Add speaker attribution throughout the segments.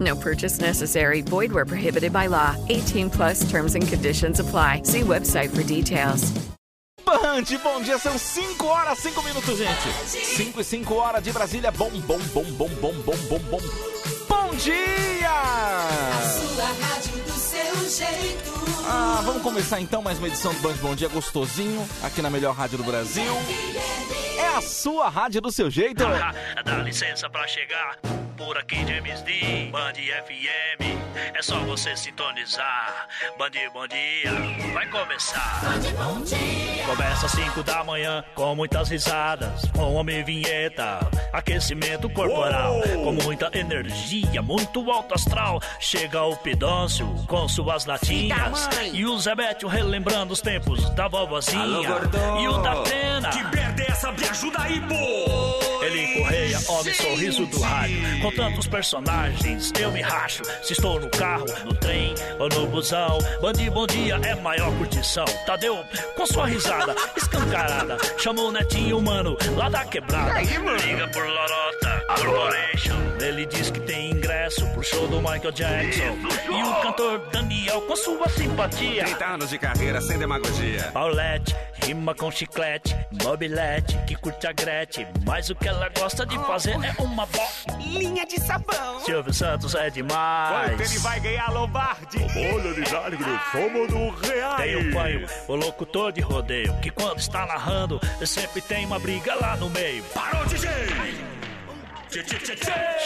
Speaker 1: No purchase necessary. Void where prohibited by law. 18 plus terms and conditions apply. See website for details.
Speaker 2: Band, bom dia, são 5 horas, 5 minutos, gente. 5 e 5 horas de Brasília. Bom, bom, bom, bom, bom, bom, bom, bom. Bom dia!
Speaker 3: Sua rádio do seu jeito.
Speaker 2: Ah, vamos começar então mais uma edição do Band Bom Dia Gostosinho, aqui na melhor rádio do Brasil. É a sua rádio do seu jeito.
Speaker 4: Ah, Dá licença pra chegar por aqui, James D. Band FM. É só você sintonizar. Band, bom dia. Vai começar. Começa às 5 da manhã com muitas risadas. Com homem vinheta. Aquecimento corporal. Com muita energia, muito alto astral. Chega o pedôncio com suas latinhas. E o Zé Bétio relembrando os tempos da vovozinha. e o da pena.
Speaker 5: é
Speaker 4: Ele correia, homem sorriso do rádio. Com tantos personagens, eu me racho. Se estou no carro, no trem ou no busão. Bandi Bom Dia é maior curtição. Tadeu, com sua risada escancarada, chamou o netinho humano lá da quebrada. Liga por Lorota Corporation. Ele diz que tem ingresso pro show do Michael Jackson. E o cantor Daniel, com sua simpatia.
Speaker 5: 30 anos de carreira sem demagogia.
Speaker 4: Paulette, rima com chiclete, mobilete, que curte a Gretchen. Mas o que ela gosta de fazer é uma bo...
Speaker 3: Linha de sabão.
Speaker 4: Silvio Santos é
Speaker 5: Ele
Speaker 4: demais.
Speaker 5: vai ganhar Lombardi. Olho de Zagre, como do Real.
Speaker 4: Tem o Panho, o locutor de rodeio, que quando está narrando, sempre tem uma briga lá no meio.
Speaker 5: Parou, DJ!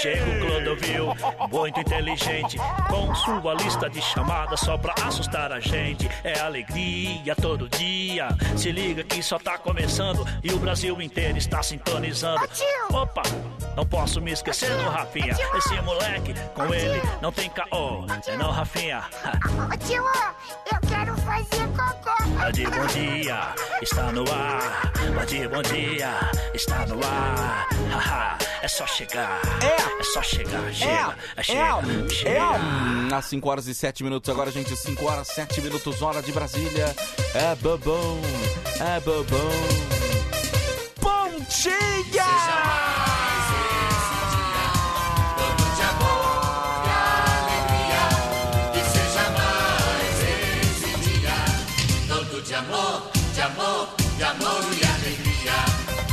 Speaker 4: Chega o Clodovil, muito inteligente, com sua lista de chamadas só pra assustar a gente. É alegria todo dia. Se liga que só tá começando e o Brasil inteiro está sintonizando. Opa, não posso me esquecer do Rafinha. Esse moleque, com ele, não tem caô. É não, Rafinha.
Speaker 6: Ô tio, eu quero fazer cocô.
Speaker 4: Bande bom dia, está no ar. Bande bom dia, está no ar. Haha, é só chegar.
Speaker 2: É.
Speaker 4: É só chegar. Chega,
Speaker 2: é,
Speaker 4: chega, chega.
Speaker 2: Hum, Às 5 horas e 7 minutos agora, gente. 5 horas, 7 minutos, hora de Brasília. É bobão, é bobão. Bom dia!
Speaker 3: Todo de amor e alegria. Que seja mais esse dia. Todo de amor, de amor, de amor e alegria.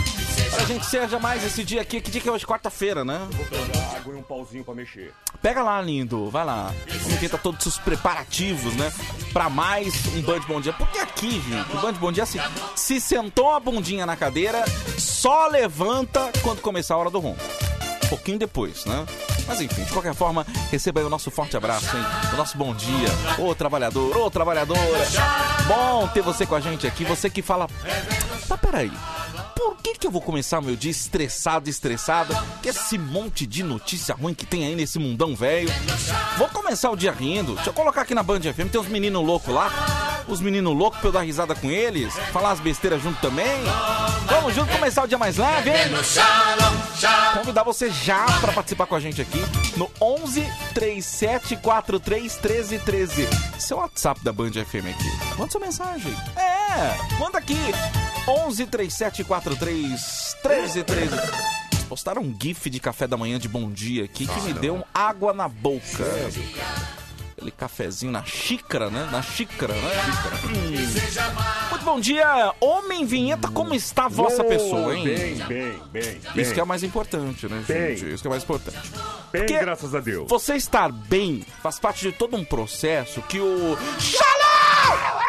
Speaker 3: Que seja
Speaker 2: Pra gente seja mais esse dia aqui. Que dia que é hoje? Quarta-feira, né?
Speaker 5: Põe um pauzinho pra mexer.
Speaker 2: Pega lá, lindo, vai lá. Vamos tentar todos os preparativos, né? Pra mais um Band Bom Dia. Porque aqui, gente, o Band Bom Dia, assim, se sentou a bundinha na cadeira, só levanta quando começar a hora do ronco. Um pouquinho depois, né? Mas enfim, de qualquer forma, receba aí o nosso forte abraço, hein? O nosso bom dia. Ô trabalhador, ô trabalhadora. Bom ter você com a gente aqui. Você que fala. Mas peraí, por que, que eu vou começar meu dia estressado, estressado? Que esse monte de notícia ruim que tem aí nesse mundão velho. Vou começar o dia rindo. Deixa eu colocar aqui na Band FM, tem uns meninos loucos lá. os meninos loucos pra eu dar risada com eles, falar as besteiras junto também. Vamos junto começar o dia mais leve, hein? Convidar você já pra participar com a gente aqui no 11 37 43 13 13. Seu WhatsApp da Band FM aqui. Manda sua mensagem. É, manda aqui. 11 37 43 13 13. Eles Postaram um gif de café da manhã de bom dia aqui que me deu um água na boca. Aquele cafezinho na xícara, né? Na xícara, né? Hum. Muito bom dia, homem vinheta. Como está a vossa pessoa, hein?
Speaker 5: Bem, bem, bem. Bem,
Speaker 2: Isso que é o mais importante, né,
Speaker 5: Bem.
Speaker 2: gente? Isso que é o mais importante.
Speaker 5: bem
Speaker 2: porque-
Speaker 5: graças a Deus.
Speaker 2: Você estar bem faz parte de todo um processo que o. Shalom!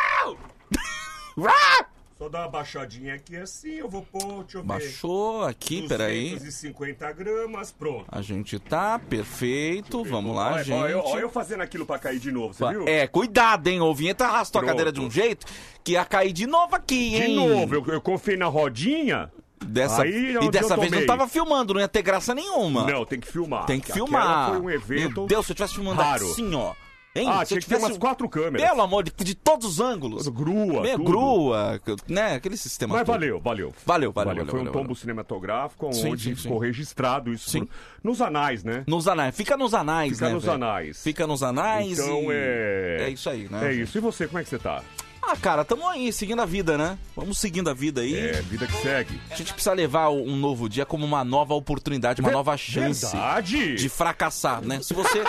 Speaker 5: Só dá uma baixadinha aqui assim, eu vou pôr, deixa eu ver.
Speaker 2: Baixou aqui, peraí.
Speaker 5: 250 gramas, pronto.
Speaker 2: A gente tá perfeito. Vamos lá,
Speaker 5: olha, Olha, eu- olha eu
Speaker 2: Ah, gente.
Speaker 5: fazendo aquilo pra cair de novo, você viu?
Speaker 2: É, cuidado, hein? O vinheta arrastou a
Speaker 5: Pronto.
Speaker 2: cadeira de um jeito que ia cair de novo aqui, hein?
Speaker 5: De novo, eu, eu confiei na rodinha.
Speaker 2: Dessa...
Speaker 5: Aí é
Speaker 2: e
Speaker 5: onde
Speaker 2: dessa
Speaker 5: eu
Speaker 2: vez não
Speaker 5: tomei.
Speaker 2: tava filmando, não ia ter graça nenhuma.
Speaker 5: Não, tem Ah, que filmar.
Speaker 2: Tem que
Speaker 5: Aquela
Speaker 2: filmar.
Speaker 5: Foi um evento.
Speaker 2: Meu Deus, se eu tivesse filmando
Speaker 5: raro.
Speaker 2: assim, ó. Hein?
Speaker 5: Ah,
Speaker 2: se eu
Speaker 5: tinha que ter
Speaker 2: tivesse
Speaker 5: umas quatro câmeras.
Speaker 2: Pelo amor de, de todos os ângulos.
Speaker 5: Grua,
Speaker 2: Meio
Speaker 5: tudo.
Speaker 2: grua, né? Aquele sistema.
Speaker 5: Mas
Speaker 2: todo.
Speaker 5: valeu, valeu.
Speaker 2: Valeu, valeu, valeu,
Speaker 5: Foi um
Speaker 2: valeu,
Speaker 5: tombo
Speaker 2: valeu.
Speaker 5: cinematográfico
Speaker 2: Sim,
Speaker 5: onde
Speaker 2: sim, sim.
Speaker 5: ficou registrado isso
Speaker 2: Sim.
Speaker 5: por- nos anais, né?
Speaker 2: Nos anais. Fica nos anais,
Speaker 5: Fica
Speaker 2: né?
Speaker 5: nos
Speaker 2: velho?
Speaker 5: anais.
Speaker 2: Fica nos anais.
Speaker 5: Então
Speaker 2: e-
Speaker 5: é.
Speaker 2: É isso aí, né?
Speaker 5: É isso. E você, como é que você tá?
Speaker 2: Ah, cara, tamo aí, seguindo a vida, né? Vamos seguindo a vida aí.
Speaker 5: É, vida que segue.
Speaker 2: A gente precisa levar o- um novo dia como uma nova oportunidade, uma nova chance.
Speaker 5: Verdade.
Speaker 2: De fracassar, né? Se você,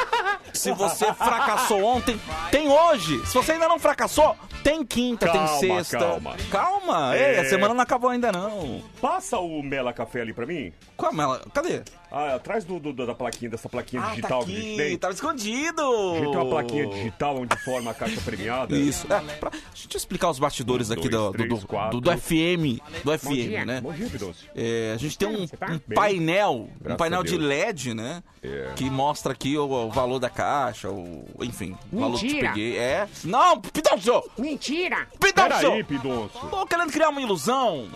Speaker 2: se você fracassou ontem, tem hoje. Se você ainda não fracassou, tem quinta, tem
Speaker 5: Calma,
Speaker 2: sexta.
Speaker 5: calma.
Speaker 2: Calma. Ei, a
Speaker 5: É.
Speaker 2: semana não acabou ainda não.
Speaker 5: Passa o Mela Café ali pra mim.
Speaker 2: Como ela? Cadê?
Speaker 5: Ah, atrás do, do- da plaquinha, dessa plaquinha
Speaker 2: Ah,
Speaker 5: digital
Speaker 2: tá
Speaker 5: que a gente
Speaker 2: aqui,
Speaker 5: tem.
Speaker 2: tava escondido.
Speaker 5: A gente tem uma plaquinha digital onde forma a caixa premiada.
Speaker 2: Isso. É, pra, deixa eu explicar os bastidores aqui
Speaker 5: dois,
Speaker 2: do, do,
Speaker 5: três,
Speaker 2: do-
Speaker 5: quatro.
Speaker 2: do- do FM. Do FM, né?
Speaker 5: Bom dia, Bidoce.
Speaker 2: É, a gente tem um,
Speaker 5: Você tá
Speaker 2: um
Speaker 5: bem?
Speaker 2: painel, um
Speaker 5: Graças
Speaker 2: painel
Speaker 5: a
Speaker 2: de
Speaker 5: Deus.
Speaker 2: LED, né?
Speaker 5: É.
Speaker 2: Que mostra aqui o, o valor da caixa, o, enfim, o valor que eu te peguei. É. Não, Pidoncio!
Speaker 6: Mentira!
Speaker 2: Tá,
Speaker 5: Peraí,
Speaker 2: Pidoncio!
Speaker 5: Pidonço.
Speaker 2: Tô querendo criar uma ilusão.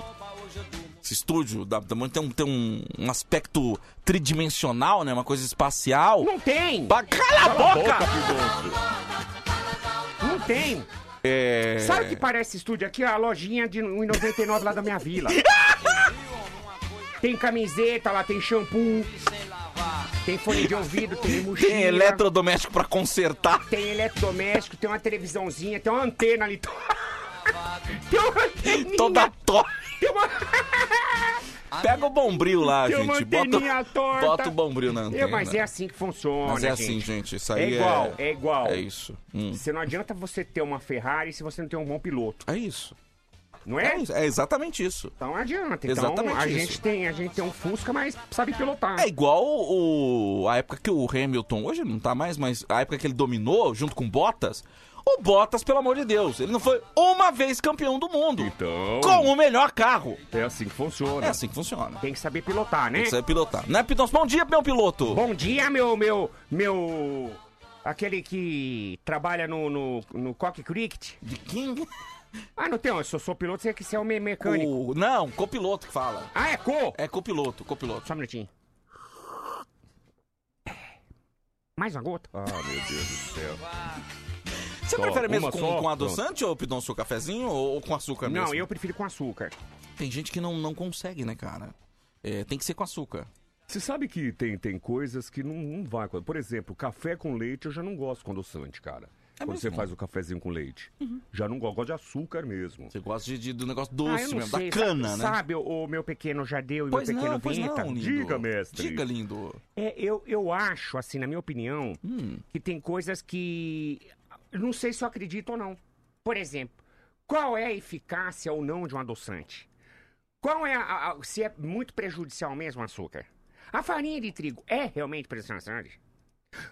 Speaker 2: Esse estúdio da, da tem, um, tem um, um aspecto tridimensional, né? Uma coisa espacial.
Speaker 6: Não tem!
Speaker 2: Ba- Cala a
Speaker 5: Boca,
Speaker 2: boca!
Speaker 5: Pidonço.
Speaker 6: Não tem!
Speaker 2: É.
Speaker 6: Sabe o que parece estúdio aqui? é A lojinha de 1,99 lá da minha vila. Tem camiseta lá, tem shampoo. Tem fone de ouvido, tem mochila.
Speaker 2: Tem eletrodoméstico pra consertar.
Speaker 6: Tem eletrodoméstico, tem uma televisãozinha, tem uma antena ali. tem uma anteninha.
Speaker 2: Toda torta.
Speaker 6: Tem uma...
Speaker 2: Pega o bombril lá,
Speaker 6: Tem uma
Speaker 2: gente. Bota,
Speaker 6: anteninha torta.
Speaker 2: bota o bombril na antena.
Speaker 6: É, mas é assim que funciona,
Speaker 2: Mas é
Speaker 6: gente.
Speaker 2: assim, gente. Isso aí é.
Speaker 6: É igual, é igual.
Speaker 2: É isso. Hum.
Speaker 6: Você não adianta você ter uma Ferrari se você não tem um bom piloto,
Speaker 2: É isso.
Speaker 6: não
Speaker 2: É,
Speaker 6: é?
Speaker 2: isso, é exatamente isso.
Speaker 6: Então adianta. Então
Speaker 2: Exatamente
Speaker 6: a
Speaker 2: isso.
Speaker 6: gente tem, a gente tem um Fusca, mas sabe pilotar.
Speaker 2: É igual o, o- a época que o Hamilton, hoje não tá mais, mas a época que ele dominou junto com o Bottas. O Bottas, pelo amor de Deus, ele não foi uma vez campeão do mundo.
Speaker 5: Então.
Speaker 2: Com o melhor carro.
Speaker 5: É assim que funciona.
Speaker 2: É assim que funciona.
Speaker 6: Tem que saber pilotar, né?
Speaker 2: Isso é pilotar. Não é, Pidão? Bom dia, meu piloto.
Speaker 6: Bom dia, meu, meu, meu, aquele que trabalha no, no, no Cock Cricket.
Speaker 2: De quem?
Speaker 6: Ah, não tem, eu sou, sou piloto, você que você é o me- mecânico.
Speaker 2: O, não, copiloto que fala.
Speaker 6: Ah, é co?
Speaker 2: É copiloto, copiloto.
Speaker 6: Só um minutinho. É. Mais uma gota?
Speaker 5: Ah, meu Deus do céu.
Speaker 2: Você
Speaker 5: Só
Speaker 2: prefere mesmo
Speaker 5: uma
Speaker 2: com,
Speaker 5: só?
Speaker 2: com adoçante, ou Pidão, seu cafezinho, ou, ou com açúcar mesmo?
Speaker 6: não, eu prefiro com açúcar.
Speaker 2: Tem gente que não, não consegue, né, cara? É, tem que ser com açúcar.
Speaker 5: Você sabe que tem, tem coisas que não, não vai. com- Por exemplo, café com leite eu já não gosto com adoçante, cara.
Speaker 2: É
Speaker 5: Quando você faz o cafezinho com leite. Já não gosto, gosto de açúcar mesmo.
Speaker 2: Uhum. Você gosta de, de- do negócio
Speaker 6: ah,
Speaker 2: doce
Speaker 6: eu não
Speaker 2: mesmo,
Speaker 6: sei,
Speaker 2: da cana,
Speaker 6: sabe,
Speaker 2: né?
Speaker 6: Sabe o, o meu pequeno Jadeu e o meu
Speaker 2: Pois
Speaker 6: pequeno
Speaker 2: não, pois
Speaker 6: Venta?
Speaker 2: não, lindo.
Speaker 5: tá. Diga, mestre.
Speaker 2: Diga, lindo.
Speaker 6: É, eu, eu acho, assim, na minha opinião, que tem coisas que. Não sei se eu acredito ou não. Por exemplo, qual é a eficácia ou não de um adoçante? Qual é a, a- se é muito prejudicial mesmo o açúcar? A farinha de trigo é realmente prejudicial?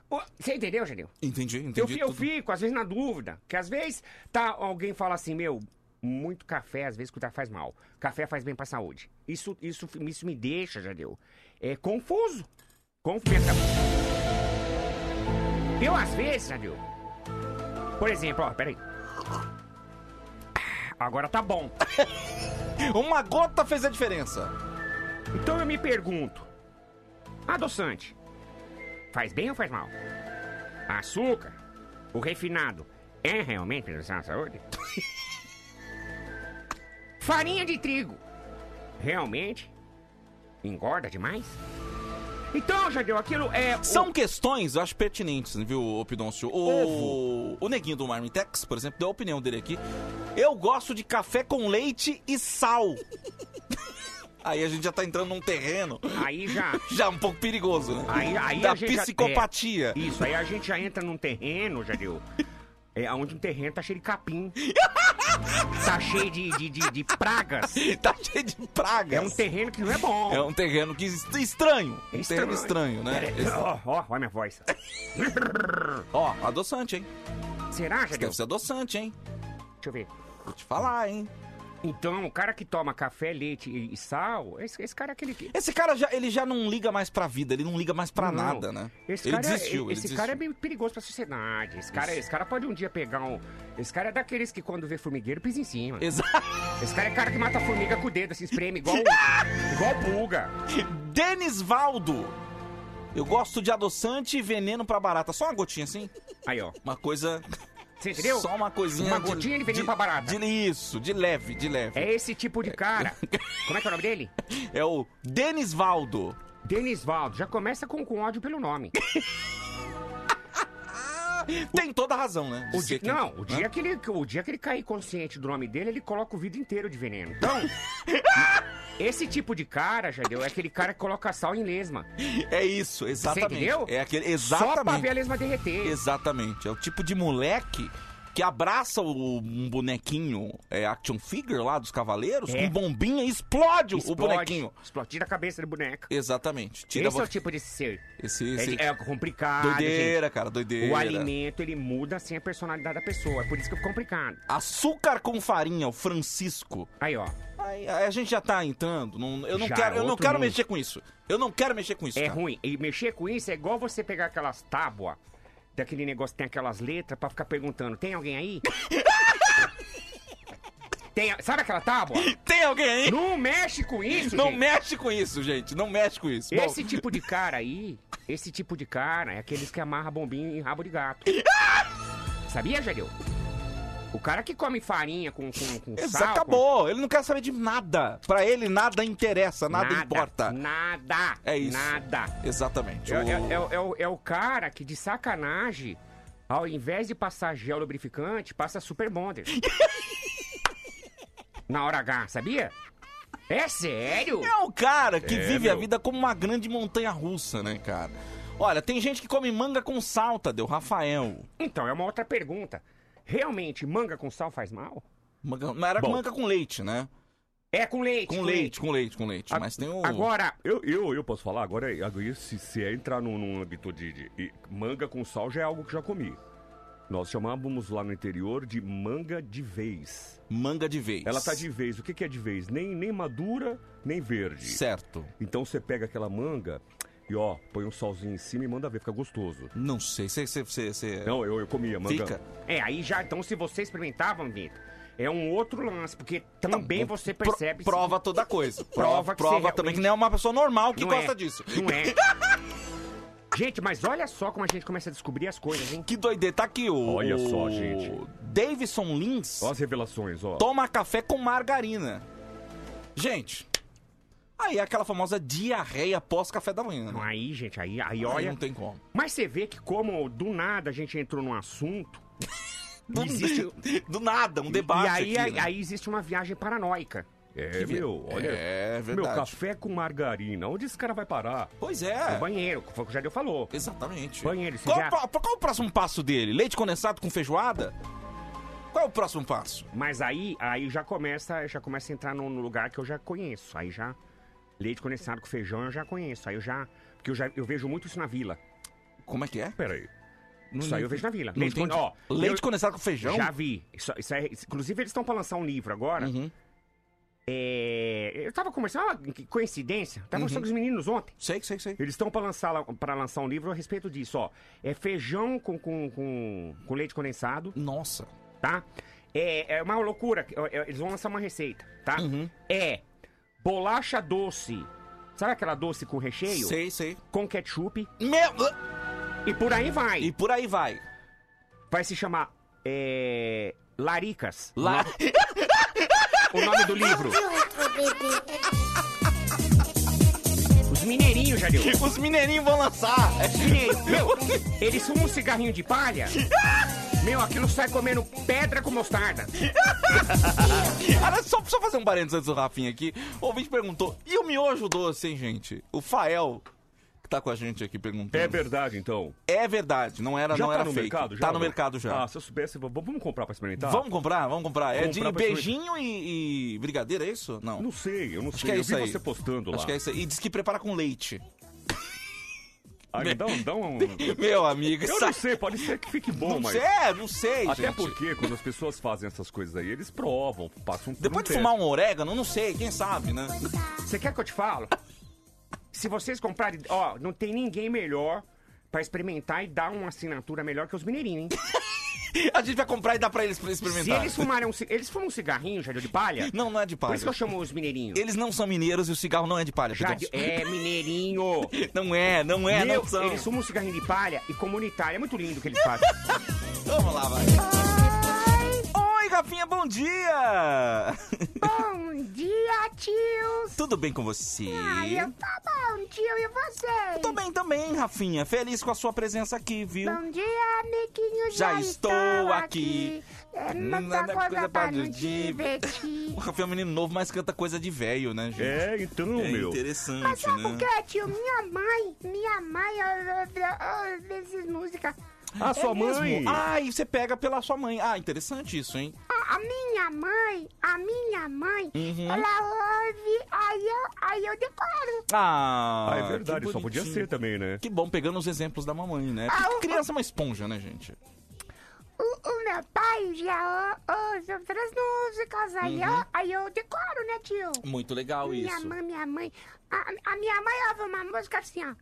Speaker 6: Ô, Você entendeu, Janil?
Speaker 2: Entendi,
Speaker 6: Eu,
Speaker 2: entendi.
Speaker 6: fi- eu
Speaker 2: tudo.
Speaker 6: fico, às vezes, na dúvida. Porque às vezes tá, alguém fala assim, meu, muito café, às vezes, cuidar faz mal. Café faz bem pra saúde. Isso, isso, isso me deixa, já deu. É confuso. Confessa. Eu, às vezes, já deu. Por exemplo, ó, peraí. Ah, Agora tá bom.
Speaker 2: Uma gota fez a diferença.
Speaker 6: Então eu me pergunto: adoçante faz bem ou faz mal? Açúcar, o refinado, é realmente prejudicial à saúde? Farinha de trigo. Realmente? Engorda demais? Então, Jadeu, aquilo é. o-
Speaker 2: São questões, eu acho, pertinentes, viu, ô, Pidoncio? O, o neguinho do Marmitex, por exemplo, deu a opinião dele aqui. Eu gosto de café com leite e sal. Aí a gente já tá entrando num terreno
Speaker 6: Aí já.
Speaker 2: já um pouco perigoso, né?
Speaker 6: Aí, aí
Speaker 2: da
Speaker 6: a gente já-
Speaker 2: psicopatia.
Speaker 6: é, isso, aí a gente já entra num terreno, Jadeu. É onde um terreno tá cheio de capim. tá cheio de, de, de, de pragas.
Speaker 2: Tá cheio de pragas.
Speaker 6: É um terreno que não é bom. É
Speaker 2: É um terreno que est- estranho. Um terreno estranho, né?
Speaker 6: Pera aí, Ó, ó, ó, a minha voz.
Speaker 2: Ó, adoçante, hein?
Speaker 6: Será, Jadeu?
Speaker 2: Deve ser adoçante, hein?
Speaker 6: Deixa eu ver.
Speaker 2: Vou te falar, hein?
Speaker 6: Então, o cara que toma café, leite e e sal, esse, esse cara é aquele que.
Speaker 2: Esse cara já, ele já não liga mais pra vida, ele não liga mais pra
Speaker 6: Não, não.
Speaker 2: nada, né?
Speaker 6: Esse
Speaker 2: ele
Speaker 6: cara,
Speaker 2: desistiu,
Speaker 6: é,
Speaker 2: ele
Speaker 6: esse
Speaker 2: desistiu.
Speaker 6: cara é bem perigoso pra sociedade. Esse cara, esse cara pode um dia pegar um. Esse cara é daqueles que quando vê formigueiro pisa em cima.
Speaker 2: Exato.
Speaker 6: Esse cara é cara que mata a formiga com o dedo, se espreme igual. igual pulga.
Speaker 2: Denis Valdo. Eu gosto de adoçante e veneno pra barata. Só uma gotinha assim?
Speaker 6: Aí, ó.
Speaker 2: Uma coisa.
Speaker 6: Você entendeu?
Speaker 2: Só uma coisinha.
Speaker 6: Uma gotinha de veneno pra barata.
Speaker 2: de- isso, de leve, de leve.
Speaker 6: É esse tipo de cara. Como é que é o nome dele?
Speaker 2: É, o Denis Valdo.
Speaker 6: Denisvaldo. Já começa com, com ódio pelo nome.
Speaker 2: Tem toda a razão, né? de
Speaker 6: O
Speaker 2: ser
Speaker 6: di-
Speaker 2: quem-
Speaker 6: Não, o dia, que ele, o dia que ele cair consciente do nome dele, ele coloca o vidro inteiro de veneno. Então. esse tipo de cara, Jadeu, é aquele cara que coloca sal em lesma.
Speaker 2: É isso, exatamente.
Speaker 6: entendeu?
Speaker 2: É aquele.
Speaker 6: Só pra ver a
Speaker 2: Exatamente.
Speaker 6: lesma derreter.
Speaker 2: Exatamente. É o tipo de moleque que abraça o, um bonequinho é, action figure lá dos cavaleiros
Speaker 6: É.
Speaker 2: com bombinha e explode, o
Speaker 6: Explode.
Speaker 2: bonequinho.
Speaker 6: Explodir a cabeça do boneca.
Speaker 2: Exatamente. Tira
Speaker 6: esse
Speaker 2: vo-
Speaker 6: é o tipo desse ser.
Speaker 2: esse,
Speaker 6: É
Speaker 2: esse-
Speaker 6: de- É, complicado,
Speaker 2: Doideira, cara,
Speaker 6: gente.
Speaker 2: doideira.
Speaker 6: O alimento, ele muda, assim, a personalidade da pessoa. É por isso que é complicado.
Speaker 2: Açúcar com farinha, o Francisco.
Speaker 6: Aí, ó.
Speaker 2: Aí, aí a gente já tá entrando. não- eu não
Speaker 6: Já,
Speaker 2: quero, eu não
Speaker 6: outro
Speaker 2: quero
Speaker 6: mundo.
Speaker 2: mexer com isso. Eu não quero mexer com isso.
Speaker 6: É
Speaker 2: cara.
Speaker 6: ruim. E mexer com isso é igual você pegar aquelas tábuas daquele negócio que tem aquelas letras pra ficar perguntando: tem alguém aí? tem, a- sabe aquela tábua?
Speaker 2: Tem alguém aí?
Speaker 6: Não mexe com isso,
Speaker 2: Não
Speaker 6: gente.
Speaker 2: mexe com isso, gente. Não mexe com isso. Bom,
Speaker 6: Esse tipo de cara aí, esse tipo de cara é aqueles que amarra bombinha em rabo de gato. Sabia, Jadeu? O cara que come farinha com, com, com
Speaker 2: esse
Speaker 6: sal...
Speaker 2: acabou. Ele não quer saber de nada. Pra ele nada interessa,
Speaker 6: com-
Speaker 2: nada, importa.
Speaker 6: Nada.
Speaker 2: É isso.
Speaker 6: Nada.
Speaker 2: Exatamente.
Speaker 6: É,
Speaker 2: O-
Speaker 6: é- é o- é o- é o cara que, de sacanagem, ao invés de passar gel lubrificante, passa super bonder. Na hora H, sabia? É sério?
Speaker 2: É um cara que
Speaker 6: É,
Speaker 2: vive a
Speaker 6: meu.
Speaker 2: vida como uma grande montanha russa, né, cara? Olha, tem gente que come manga com salta, deu Rafael.
Speaker 6: Então, é uma outra pergunta. Realmente, manga com sal faz mal?
Speaker 2: Manga, não era
Speaker 6: Bom.
Speaker 2: manga com leite, né?
Speaker 6: É com leite.
Speaker 2: Com leite, com leite, com leite. Mas tem o.
Speaker 6: Agora,
Speaker 5: Hum. Eu, eu, eu posso falar agora, agora se, se é entrar num, num âmbito de, de- e Manga com sal já é algo que já comi. Nós chamávamos lá no interior de manga de vez.
Speaker 2: Manga de vez.
Speaker 5: Ela tá de vez. O que, que é de vez? Nem, nem madura, nem verde.
Speaker 2: Certo.
Speaker 5: Então você pega aquela manga e ó, põe um salzinho em cima e manda ver, fica gostoso.
Speaker 2: Não sei. Você. você, você, você-
Speaker 5: Não, eu, eu comi a manga.
Speaker 2: Fica.
Speaker 6: é, aí já, então, se você experimentava, Vitor, é um outro lance, porque também você
Speaker 2: Pro-
Speaker 6: percebe... se-
Speaker 2: prova toda coisa.
Speaker 6: Prova que você
Speaker 2: prova também que
Speaker 6: realmente-
Speaker 2: não é uma pessoa normal que
Speaker 6: Não
Speaker 2: gosta
Speaker 6: é.
Speaker 2: disso.
Speaker 6: Não é. gente, mas olha só como a gente começa a descobrir as coisas, hein?
Speaker 2: Que doideira. Tá aqui o.
Speaker 5: Olha só,
Speaker 2: o
Speaker 5: gente.
Speaker 2: Davidson Lins
Speaker 5: Ó as revelações, ó.
Speaker 2: toma café com margarina. Gente. Aí é aquela famosa diarreia pós café da manhã. né?
Speaker 6: Aí, gente, aí, aí
Speaker 2: Aí
Speaker 6: olha...
Speaker 2: não tem como.
Speaker 6: Mas você vê que como do nada a gente entrou num assunto...
Speaker 2: Do,
Speaker 6: existe-
Speaker 2: do nada, um
Speaker 6: e
Speaker 2: debate.
Speaker 6: aí,
Speaker 2: aqui, né?
Speaker 6: aí existe uma viagem paranoica.
Speaker 5: É,
Speaker 2: ver-
Speaker 5: meu, olha.
Speaker 2: É
Speaker 5: meu,
Speaker 2: verdade.
Speaker 5: café com margarina. Onde esse cara vai parar?
Speaker 2: Pois
Speaker 6: No
Speaker 2: é.
Speaker 6: banheiro, foi o que o Jadeu falou.
Speaker 2: Exatamente.
Speaker 6: Banheiro, você
Speaker 2: qual,
Speaker 6: já-
Speaker 2: o pro- qual o próximo passo dele? Leite condensado com feijoada? Qual é o próximo passo?
Speaker 6: Mas aí, aí já começa, já começa a entrar num num lugar que eu já conheço. Aí já leite condensado com feijão eu já conheço. Aí eu já, porque eu já eu vejo muito isso na vila.
Speaker 2: Como é que é?
Speaker 5: Peraí.
Speaker 6: Isso aí eu vejo na vila.
Speaker 2: Não
Speaker 6: Leite,
Speaker 2: entendi.
Speaker 6: conde- ó,
Speaker 2: Leite
Speaker 6: eu-
Speaker 2: condensado com feijão?
Speaker 6: Já vi. Isso, isso é- isso- inclusive eles estão para lançar um livro agora.
Speaker 2: Uhum.
Speaker 6: É, eu tava conversando, ó, que coincidência. Tava conversando
Speaker 2: Uhum.
Speaker 6: com os meninos ontem.
Speaker 2: Sei, sei, sei.
Speaker 6: Eles estão para lançar lá- pra lançar um livro a respeito disso, ó. É feijão com com, com, com leite condensado.
Speaker 2: Nossa.
Speaker 6: tá? É, é uma loucura. é- é- Eles vão lançar uma receita, tá?
Speaker 5: Uhum.
Speaker 6: É bolacha doce. Sabe aquela doce com recheio?
Speaker 2: Sei, sei.
Speaker 6: Com ketchup.
Speaker 2: Meu...
Speaker 6: E por aí vai.
Speaker 2: E por aí vai.
Speaker 6: Vai se chamar é, Laricas.
Speaker 2: Lá.
Speaker 6: O nome do livro. Os mineirinhos, já deu.
Speaker 2: Os mineirinhos vão lançar. É
Speaker 6: Mineirinho. Meu, eles fumam um cigarrinho de palha. Meu, aquilo sai comendo pedra com mostarda.
Speaker 2: Cara, só, só fazer um parênteses antes do Rafinha aqui. O ouvinte perguntou, e o miojo doce, hein, gente? O Fael, que tá com a gente aqui, perguntando.
Speaker 5: É verdade, então.
Speaker 2: É verdade, não era,
Speaker 5: Já
Speaker 2: não
Speaker 5: tá
Speaker 2: era
Speaker 5: no
Speaker 2: fake.
Speaker 5: mercado? Já,
Speaker 2: tá no
Speaker 5: não?
Speaker 2: mercado já.
Speaker 5: Ah, se eu soubesse, v- vamos comprar pra experimentar?
Speaker 2: Vamos comprar, vamos comprar. É
Speaker 5: Comprar
Speaker 2: de
Speaker 5: pra
Speaker 2: beijinho e, e brigadeiro, é isso? Não.
Speaker 5: Não sei, eu não
Speaker 2: Acho
Speaker 5: sei.
Speaker 2: que é
Speaker 5: eu
Speaker 2: isso
Speaker 5: vi
Speaker 2: aí.
Speaker 5: você postando lá.
Speaker 2: Acho que é isso aí. E diz que prepara com leite.
Speaker 5: Ah, me dá, um- dá um...
Speaker 2: Meu amigo,
Speaker 5: Eu não sei, pode ser que fique bom,
Speaker 2: Não
Speaker 5: mas...
Speaker 2: sei, é, não sei,
Speaker 5: Até
Speaker 2: gente.
Speaker 5: porque quando as pessoas fazem essas coisas aí, eles provam, passam por
Speaker 2: Depois
Speaker 5: um
Speaker 2: de fumar
Speaker 5: teste.
Speaker 2: um orégano, não sei, quem sabe, né?
Speaker 6: Você quer que eu te falo? Se vocês comprarem, ó, não tem ninguém melhor pra experimentar e dar uma assinatura melhor que os mineirinhos, hein?
Speaker 2: A gente vai comprar e dá pra eles pra
Speaker 6: Se
Speaker 2: experimentar.
Speaker 6: eles fumarem um, ci- eles fumam um cigarrinho, já deu de palha?
Speaker 2: Não, não é de
Speaker 6: Por
Speaker 2: palha.
Speaker 6: isso que eu chamo os mineirinhos.
Speaker 2: Eles não são mineiros e o cigarro não é de palha.
Speaker 6: Já
Speaker 2: Pedroso.
Speaker 6: deu- é mineirinho.
Speaker 2: Não é, não é,
Speaker 6: Meu,
Speaker 2: não são.
Speaker 6: eles fumam um cigarrinho de palha e comunitário. É muito lindo o que eles fazem.
Speaker 2: Vamos lá, vai. Oi, Rafinha, bom dia!
Speaker 7: Bom dia, tios!
Speaker 2: Tudo bem com você?
Speaker 7: Ai, eu tô bom, tio, e você?
Speaker 2: Tô bem também, Rafinha. Feliz com a sua presença aqui, viu?
Speaker 7: Bom dia, amiguinho,
Speaker 2: Já
Speaker 7: já,
Speaker 2: estou aqui.
Speaker 7: É
Speaker 2: Nada
Speaker 7: muita coisa,
Speaker 2: coisa pra
Speaker 7: pra nos
Speaker 2: divertir.
Speaker 7: divertir.
Speaker 2: O Rafinha é um menino novo, mas canta coisa de velho, né, gente?
Speaker 5: É, então,
Speaker 2: É
Speaker 5: meu.
Speaker 7: Mas
Speaker 2: interessante,
Speaker 7: sabe o
Speaker 2: né?
Speaker 7: que, é tio? Minha mãe, minha mãe ouve ouve essas músicas.
Speaker 5: Ah, sua mãe!
Speaker 2: Ah, e você pega pela sua mãe. Ah, interessante isso, hein?
Speaker 7: A, a minha mãe, a minha mãe,
Speaker 2: Uhum.
Speaker 7: ela ouve, aí eu, aí eu decoro.
Speaker 2: Ah,
Speaker 5: Ah, é verdade,
Speaker 2: que
Speaker 5: só podia
Speaker 2: bonitinho.
Speaker 5: ser também, né?
Speaker 2: Que bom, pegando os exemplos da mamãe, né?
Speaker 7: Ah,
Speaker 2: Porque
Speaker 7: o-
Speaker 2: criança é uma esponja, né, gente?
Speaker 7: O, o meu pai já ou- ouve outras músicas, aí, eu, aí eu decoro, né, tio?
Speaker 2: Muito legal
Speaker 7: Minha
Speaker 2: Uhum. isso.
Speaker 7: mãe, minha mãe. A, a minha mãe ouve uma música assim, ó.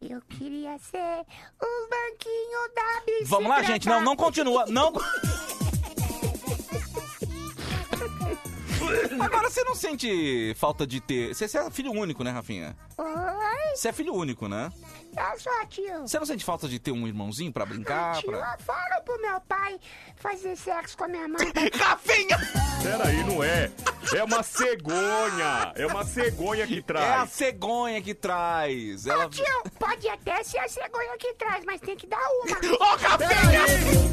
Speaker 7: Eu queria ser o banquinho da bicicleta.
Speaker 2: Vamos lá, gente. Não, não continua. Não. Agora você não sente falta de ter. Você, você é filho único, né, Rafinha?
Speaker 7: Oi,
Speaker 2: Você é filho único, né?
Speaker 7: eu sou tio.
Speaker 2: Você não sente falta de ter um irmãozinho pra brincar?
Speaker 7: tio,
Speaker 2: Pra...
Speaker 7: eu falo pro meu pai fazer sexo com a minha mãe.
Speaker 2: Rafinha!
Speaker 5: Peraí, não é. É uma cegonha. É uma cegonha que
Speaker 2: É a
Speaker 5: traz.
Speaker 2: cegonha que traz. Ela.
Speaker 7: tio, pode até ser a cegonha aqui atrás, mas tem que dar uma.
Speaker 2: Ô, Rafinha!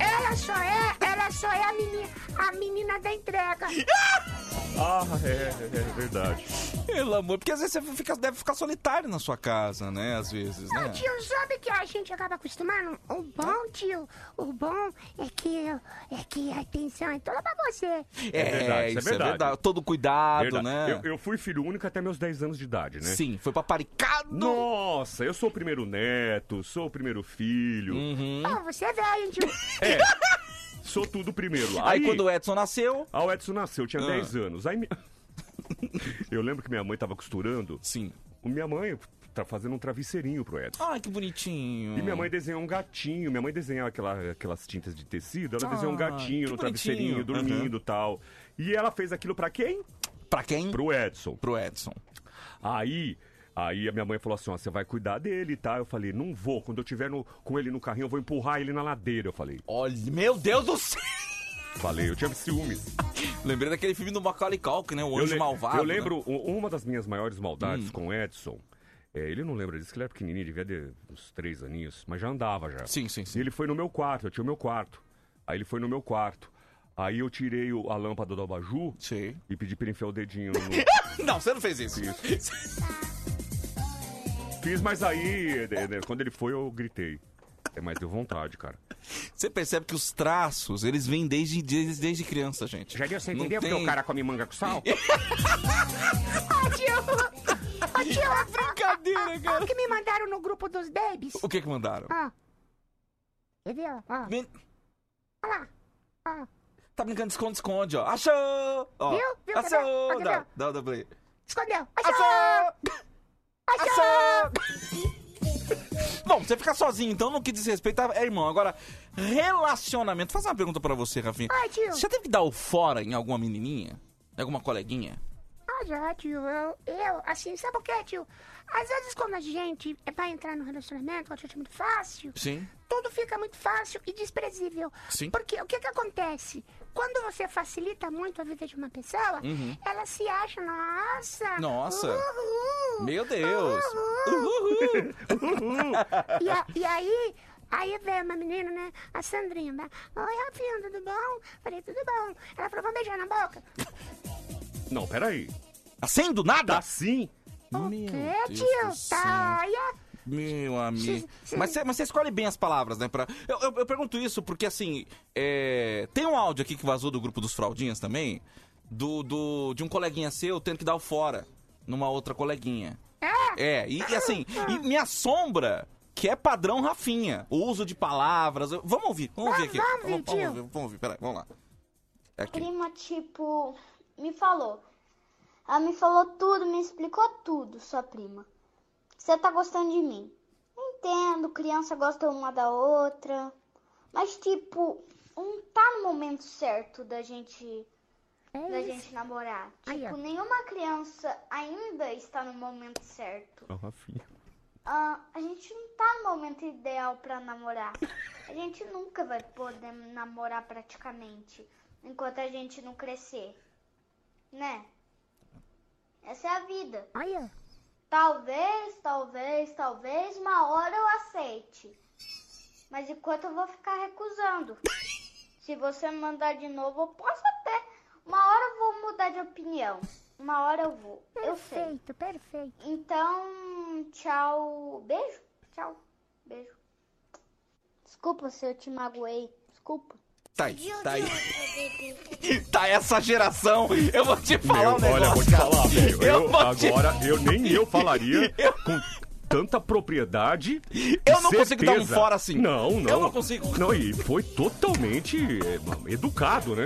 Speaker 7: Ela só é, ela só é a menina, a menina da entrega.
Speaker 2: É.
Speaker 5: Ah, é, é, é verdade.
Speaker 2: Pelo amor, porque às vezes você fica- deve ficar solitário na sua casa, né? Às vezes, né?
Speaker 7: Tio, sabe que a gente acaba acostumando? O bom, tio, o bom é que, é que a atenção é toda pra você.
Speaker 2: É,
Speaker 5: verdade, isso é
Speaker 2: isso é verdade.
Speaker 5: verdade.
Speaker 2: Todo cuidado,
Speaker 5: Verdade.
Speaker 2: né?
Speaker 5: Eu, eu fui filho único até meus 10 anos de idade, né?
Speaker 2: Sim, foi paparicado.
Speaker 5: Nossa, eu sou o primeiro neto, sou o primeiro filho,
Speaker 2: Uhum.
Speaker 7: Bom, você é velho, tio.
Speaker 5: sou tudo primeiro.
Speaker 2: Aí quando o Edson nasceu.
Speaker 5: Ah, o Edson nasceu, eu tinha
Speaker 2: Ah.
Speaker 5: 10 anos. Aí mi- Eu lembro que minha mãe tava costurando.
Speaker 2: Sim.
Speaker 5: Minha mãe tá fazendo um travesseirinho pro Edson.
Speaker 2: Ai, que bonitinho.
Speaker 5: E minha mãe desenhou um gatinho. Minha mãe desenhava aquela, aquelas tintas de tecido. Ela desenhou um
Speaker 2: Ah,
Speaker 5: gatinho
Speaker 2: que
Speaker 5: no travesseirinho,
Speaker 2: bonitinho.
Speaker 5: dormindo e tal. E ela fez aquilo pra quem?
Speaker 2: Pra quem?
Speaker 5: Pro Edson.
Speaker 2: Pro Edson.
Speaker 5: Aí, aí a minha mãe falou assim: ó, você vai cuidar dele, tá? Eu falei: não vou. Quando eu tiver no- com ele no carrinho, eu vou empurrar ele na ladeira. Eu falei:
Speaker 2: Olha, meu Deus do céu!
Speaker 5: falei, eu tinha ciúmes.
Speaker 2: Lembrei daquele filme do Macaulay Culkin, né? O
Speaker 5: eu
Speaker 2: Anjo
Speaker 5: le-
Speaker 2: Malvado.
Speaker 5: Eu
Speaker 2: né? Hum.
Speaker 5: lembro u- uma das minhas maiores maldades com o Edson. é, ele não lembra disso, que ele era pequenininho, devia ter uns três aninhos, mas já andava já.
Speaker 2: Sim, sim, sim.
Speaker 5: E ele foi no meu quarto, eu tinha o meu quarto. Aí ele foi no meu quarto. Aí eu tirei o- a lâmpada do abajur
Speaker 2: Sei.
Speaker 5: e pedi pra ele enfiar o dedinho no,
Speaker 2: Não, você não fez isso.
Speaker 5: Fiz, mas aí, né, né, quando ele foi, eu gritei. É, mas deu vontade, cara.
Speaker 2: Você percebe que os traços, eles vêm desde, desde, desde criança, gente.
Speaker 6: Já deu, você
Speaker 2: Não
Speaker 6: entendeu porque
Speaker 2: tem-
Speaker 6: o cara come manga com sal?
Speaker 7: Ô, tio, ô, tio, a
Speaker 2: É brincadeira, cara.
Speaker 7: O que me mandaram no grupo dos babies?
Speaker 2: O que que mandaram?
Speaker 7: Ó. Quer ver? ó? Ó.
Speaker 2: Men-
Speaker 7: Olha lá. Ó.
Speaker 2: Tá brincando de esconde-esconde, ó. Achou! Ó.
Speaker 7: Viu? Viu? Cadê?
Speaker 2: Achou!
Speaker 7: Cadê?
Speaker 2: Dá, dá, dá play.
Speaker 7: Escondeu. Achou!
Speaker 2: Achou! Achou! Bom, você ficar sozinho, então, no que diz respeito a- é irmão. Agora, relacionamento. Fazer uma pergunta pra você, Rafinha.
Speaker 7: Ai, tio.
Speaker 2: Você já teve que dar o fora em alguma menininha? Em alguma coleguinha?
Speaker 7: Ah, já, tio. Eu, eu, assim, sabe o que, tio? Às vezes quando a gente é pra entrar no relacionamento, eu acho muito fácil.
Speaker 2: Sim.
Speaker 7: tudo fica muito fácil e desprezível.
Speaker 2: Sim.
Speaker 7: Porque o que, que acontece? Quando você facilita muito a vida de uma pessoa, ela se acha, nossa.
Speaker 2: Uhum. Nossa.
Speaker 7: uhul,
Speaker 2: Meu Deus.
Speaker 7: uhul."
Speaker 2: Uhul.
Speaker 7: E, a- e aí, aí veio uma menina, né? A Sandrinha. né? Oi, Rafinha, tudo bom? Falei, tudo bom. Ela falou, vamos beijar na boca.
Speaker 5: Não, peraí.
Speaker 2: Assim, do nada?
Speaker 5: Tá sim.
Speaker 7: O
Speaker 2: Meu
Speaker 7: quê,
Speaker 2: Deus do
Speaker 7: tio?
Speaker 2: céu.
Speaker 7: Tá, olha.
Speaker 2: Meu amigo.
Speaker 7: Sim, sim.
Speaker 2: Mas você, mas você escolhe bem as palavras, né? Pra... Eu, eu, eu pergunto isso porque, assim, é, tem um áudio aqui que vazou do grupo dos Fraldinhas também, do, do de um coleguinha seu tendo que dar o fora numa outra coleguinha. É, e, e assim, e me assombra que é padrão Rafinha. O uso de palavras. Eu- Vamos ouvir, vamos ouvir aqui.
Speaker 7: Vamos
Speaker 2: Vamos,
Speaker 7: ouvir,
Speaker 2: vamos
Speaker 7: tio.
Speaker 2: ouvir, vamos ouvir, peraí, vamos lá. É aqui.
Speaker 8: prima, tipo, me falou. Ela me falou tudo, me explicou tudo, sua prima. Você tá gostando de mim. Entendo, criança gosta uma da outra. Mas, tipo, não tá no momento certo da gente,
Speaker 7: É
Speaker 8: da gente namorar.
Speaker 7: Aí,
Speaker 8: Tipo,
Speaker 7: ó.
Speaker 8: nenhuma criança ainda está no momento certo.
Speaker 5: Não, Rafinha.
Speaker 8: Ah, a gente não tá no momento ideal pra namorar. A gente nunca vai poder namorar praticamente enquanto a gente não crescer, né? Essa é a vida.
Speaker 7: Olha.
Speaker 8: Talvez, talvez, talvez uma hora eu aceite. Mas enquanto eu vou ficar recusando. Se você me mandar de novo, eu posso até. Uma hora eu vou mudar de opinião. Uma hora eu vou. Eu sei.
Speaker 7: Perfeito, perfeito.
Speaker 8: Então, tchau. Beijo. Tchau. Beijo. Desculpa se eu te magoei. Desculpa.
Speaker 2: Tá aí, tá aí. Tá essa geração, eu vou te falar
Speaker 5: Meu,
Speaker 2: um negócio.
Speaker 5: olha, vou te falar,
Speaker 2: cara.
Speaker 5: velho.
Speaker 2: Eu
Speaker 5: Eu,
Speaker 2: vou te-
Speaker 5: agora, eu nem eu falaria com tanta propriedade. e
Speaker 2: Eu não consigo dar um
Speaker 5: certeza.
Speaker 2: fora assim.
Speaker 5: Não, não.
Speaker 2: Eu não consigo.
Speaker 5: Não, e foi totalmente é, educado, né?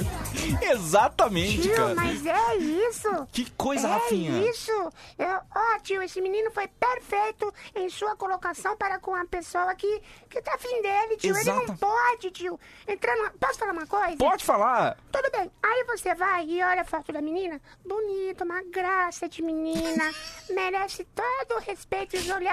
Speaker 2: Exatamente,
Speaker 7: Tio,
Speaker 2: cara.
Speaker 7: mas é isso.
Speaker 2: Que coisa,
Speaker 7: é
Speaker 2: Rafinha.
Speaker 7: isso. Eu, ó, tio, esse menino foi perfeito em sua colocação para com a pessoa que, que tá afim dele, tio. Ele
Speaker 2: Exato.
Speaker 7: não pode, tio. Entrando... Posso falar uma coisa?
Speaker 2: Pode falar.
Speaker 7: Tudo bem. Aí você vai e olha a foto da menina. Bonita, uma graça de menina. Merece todo o respeito e os olhares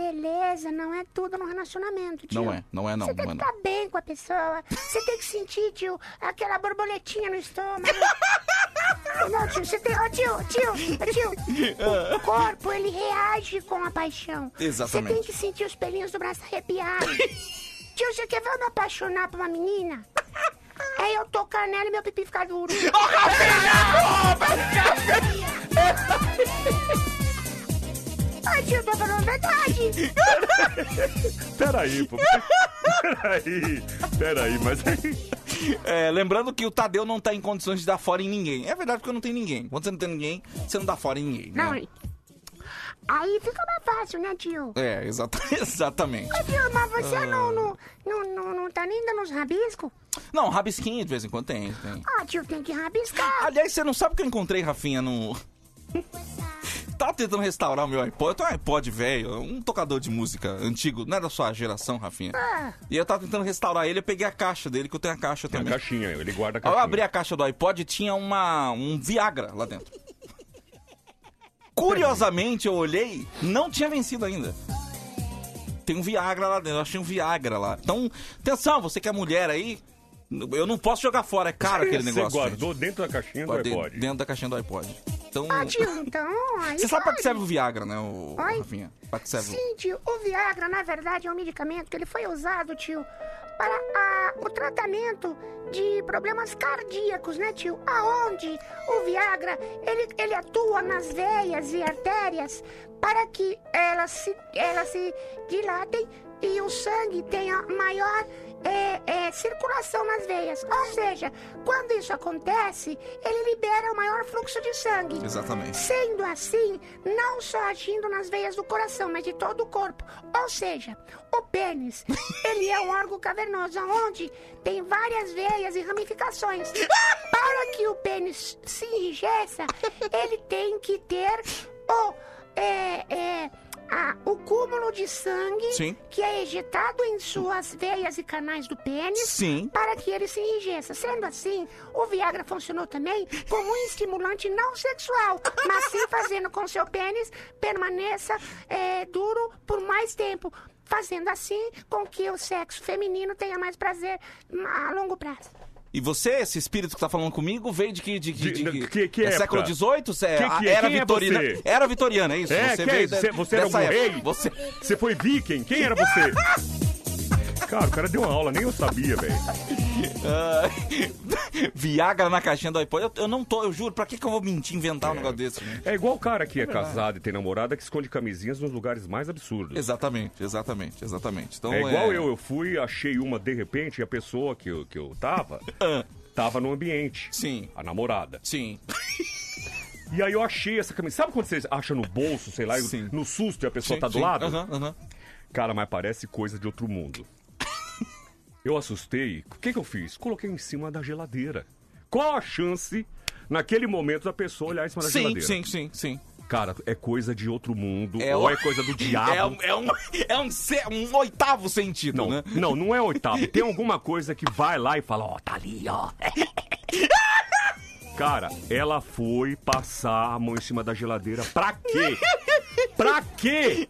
Speaker 6: Ah,
Speaker 7: beleza não é tudo no relacionamento, tio.
Speaker 2: Não é, não é não,
Speaker 7: Você tá tem
Speaker 2: não é
Speaker 7: que
Speaker 2: não.
Speaker 7: estar bem com a pessoa. Você tem que sentir, tio, aquela borboletinha no estômago. Não, tio, você tem. Ô, tio, tio, tio. O corpo, ele reage com a paixão.
Speaker 2: Exatamente.
Speaker 7: Você tem que sentir os pelinhos do braço arrepiar. tio, você quer ver eu me apaixonar por uma menina? É eu tocar nela e meu pipi ficar duro.
Speaker 2: né,
Speaker 7: Ai, tio, tô falando verdade.
Speaker 5: Peraí, pô. Peraí. Peraí, mas aí.
Speaker 2: É, lembrando que o Tadeu não tá em condições de dar fora em ninguém. É verdade, porque não tem ninguém. Quando você não tem ninguém, você não dá fora em ninguém.
Speaker 7: Não,
Speaker 2: Né?
Speaker 7: aí fica mais fácil, né, tio?
Speaker 2: É, exata- exatamente.
Speaker 7: Tio, mas você
Speaker 2: Ah.
Speaker 7: não, não, não, não, não tá nem dando uns rabiscos?
Speaker 2: Não, rabisquinho de vez em quando tem, tem.
Speaker 7: Ah, tio, tem que rabiscar.
Speaker 2: Aliás, você não sabe o que eu encontrei, Rafinha, no. Tava tentando restaurar o meu iPod. Eu tenho um iPod velho, um tocador de música antigo, não é da sua geração, Rafinha. E eu tava tentando restaurar ele, eu peguei a caixa dele, que eu tenho a caixa
Speaker 5: Tem a
Speaker 2: também.
Speaker 5: caixinha, ele guarda a
Speaker 2: Aí eu
Speaker 5: caixinha.
Speaker 2: abri a caixa do iPod e tinha uma, um Viagra lá dentro. Curiosamente, eu olhei, não tinha vencido ainda. Tem um Viagra lá dentro, eu achei um Viagra lá. Então, atenção, você que é mulher aí, eu não posso jogar fora, é caro aquele
Speaker 5: Você
Speaker 2: negócio. gente.
Speaker 5: guardou dentro da caixinha do é
Speaker 2: Guardei
Speaker 5: iPod.
Speaker 2: Dentro da caixinha do iPod. Então.
Speaker 7: Ó, tio, então. aí
Speaker 2: Você sabe pra
Speaker 7: pode.
Speaker 2: que serve o Viagra, né, o
Speaker 7: Oi?
Speaker 2: Rafinha? Pra que serve o-
Speaker 7: Sim, tio, o Viagra, na verdade, é um medicamento que ele foi usado, tio, para ah, o tratamento de problemas cardíacos, né, tio? Aonde o Viagra, ele, ele atua nas veias e artérias para que elas se, elas se dilatem e o sangue tenha maior eh, eh, circulação nas veias. Ou seja, quando isso acontece, ele libera o maior fluxo de sangue.
Speaker 2: Exatamente.
Speaker 7: Sendo assim, não só agindo nas veias do coração, mas de todo o corpo. Ou seja, o pênis, ele é um órgão cavernoso, onde tem várias veias e ramificações. Para que o pênis se enrijeça, ele tem que ter o, é, é, a- o cúmulo de sangue
Speaker 3: Sim.
Speaker 7: que é ejetado em suas veias e canais do pênis
Speaker 3: Sim.
Speaker 7: para que ele se enrijeça. Sendo assim, o Viagra funcionou também como um estimulante não sexual, mas sim fazendo com seu pênis permaneça eh, duro por mais tempo. Fazendo assim com que o sexo feminino tenha mais prazer hum, a longo prazo.
Speaker 2: E você, esse espírito que tá falando comigo, veio de que. De, de, de,
Speaker 5: que- que
Speaker 2: é
Speaker 5: época?
Speaker 2: século XVIII? Cê-
Speaker 5: Que-
Speaker 2: a
Speaker 5: que-
Speaker 2: era
Speaker 5: quem é
Speaker 2: vitoriana.
Speaker 5: você?
Speaker 2: Era vitoriana, é isso?
Speaker 5: É, que é
Speaker 2: veio
Speaker 5: isso?
Speaker 2: de-
Speaker 5: Você- você era
Speaker 2: dessa
Speaker 5: um
Speaker 2: época.
Speaker 5: rei?
Speaker 2: Você...
Speaker 5: Você foi viking? Quem era você? Cara, o cara deu uma aula, nem eu sabia, velho.
Speaker 2: Ah, Viagra na caixinha do iPod. Eu, eu não tô, eu juro, pra que, que eu vou mentir, inventar um negócio desse? né?
Speaker 5: É igual o cara que é,
Speaker 2: É verdade.
Speaker 5: casado e tem namorada que esconde camisinhas nos lugares mais absurdos.
Speaker 2: Exatamente, exatamente, exatamente. Então,
Speaker 5: é igual
Speaker 2: é-
Speaker 5: eu, eu fui, achei uma de repente e a pessoa que eu, que eu tava, tava no ambiente.
Speaker 2: Sim.
Speaker 5: A namorada.
Speaker 2: Sim.
Speaker 5: E aí eu achei essa camisa. Sabe quando você acha no bolso, sei lá, e no susto e a pessoa
Speaker 2: Sim,
Speaker 5: tá do
Speaker 2: sim.
Speaker 5: lado?
Speaker 2: Aham, aham.
Speaker 5: Cara, mas parece coisa de outro mundo. Eu assustei. O que, que eu fiz? Coloquei em cima da geladeira. Qual a chance, naquele momento, da pessoa olhar em cima da
Speaker 2: Sim,
Speaker 5: geladeira?
Speaker 2: sim, sim, sim.
Speaker 5: Cara, é coisa de outro mundo,
Speaker 2: É
Speaker 5: ou
Speaker 2: o-
Speaker 5: é coisa do
Speaker 2: É,
Speaker 5: diabo.
Speaker 2: um- é, um, é um, se- um oitavo sentido,
Speaker 5: Não,
Speaker 2: né?
Speaker 5: não, não é oitavo. Tem alguma coisa que vai lá e fala, ó, tá ali, ó. Cara, ela foi passar a mão em cima da geladeira. Pra quê? Pra quê?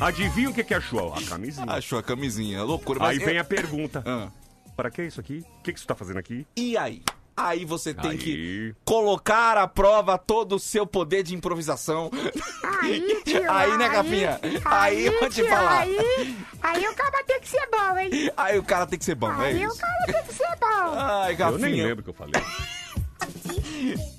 Speaker 5: Adivinha o que que achou? A camisinha.
Speaker 2: Achou a camisinha, é loucura.
Speaker 5: Aí
Speaker 2: Ah, mas
Speaker 5: vem
Speaker 2: eu- Ah.
Speaker 5: a pergunta. Pra que isso aqui? O que que você tá fazendo aqui?
Speaker 2: E aí? Aí você tem
Speaker 5: Aí.
Speaker 2: que colocar à prova todo o seu poder de improvisação.
Speaker 7: Aí, tio,
Speaker 2: Aí, né, Capinha? Aí eu vou te
Speaker 7: tio,
Speaker 2: falar.
Speaker 7: Aí, aí o cara tem que ser bom, hein?
Speaker 2: Aí o cara tem que ser bom, é
Speaker 7: Aí o
Speaker 2: isso.
Speaker 7: cara tem que ser bom.
Speaker 2: Ai,
Speaker 5: Eu
Speaker 2: Gafinha.
Speaker 5: nem lembro o que eu falei.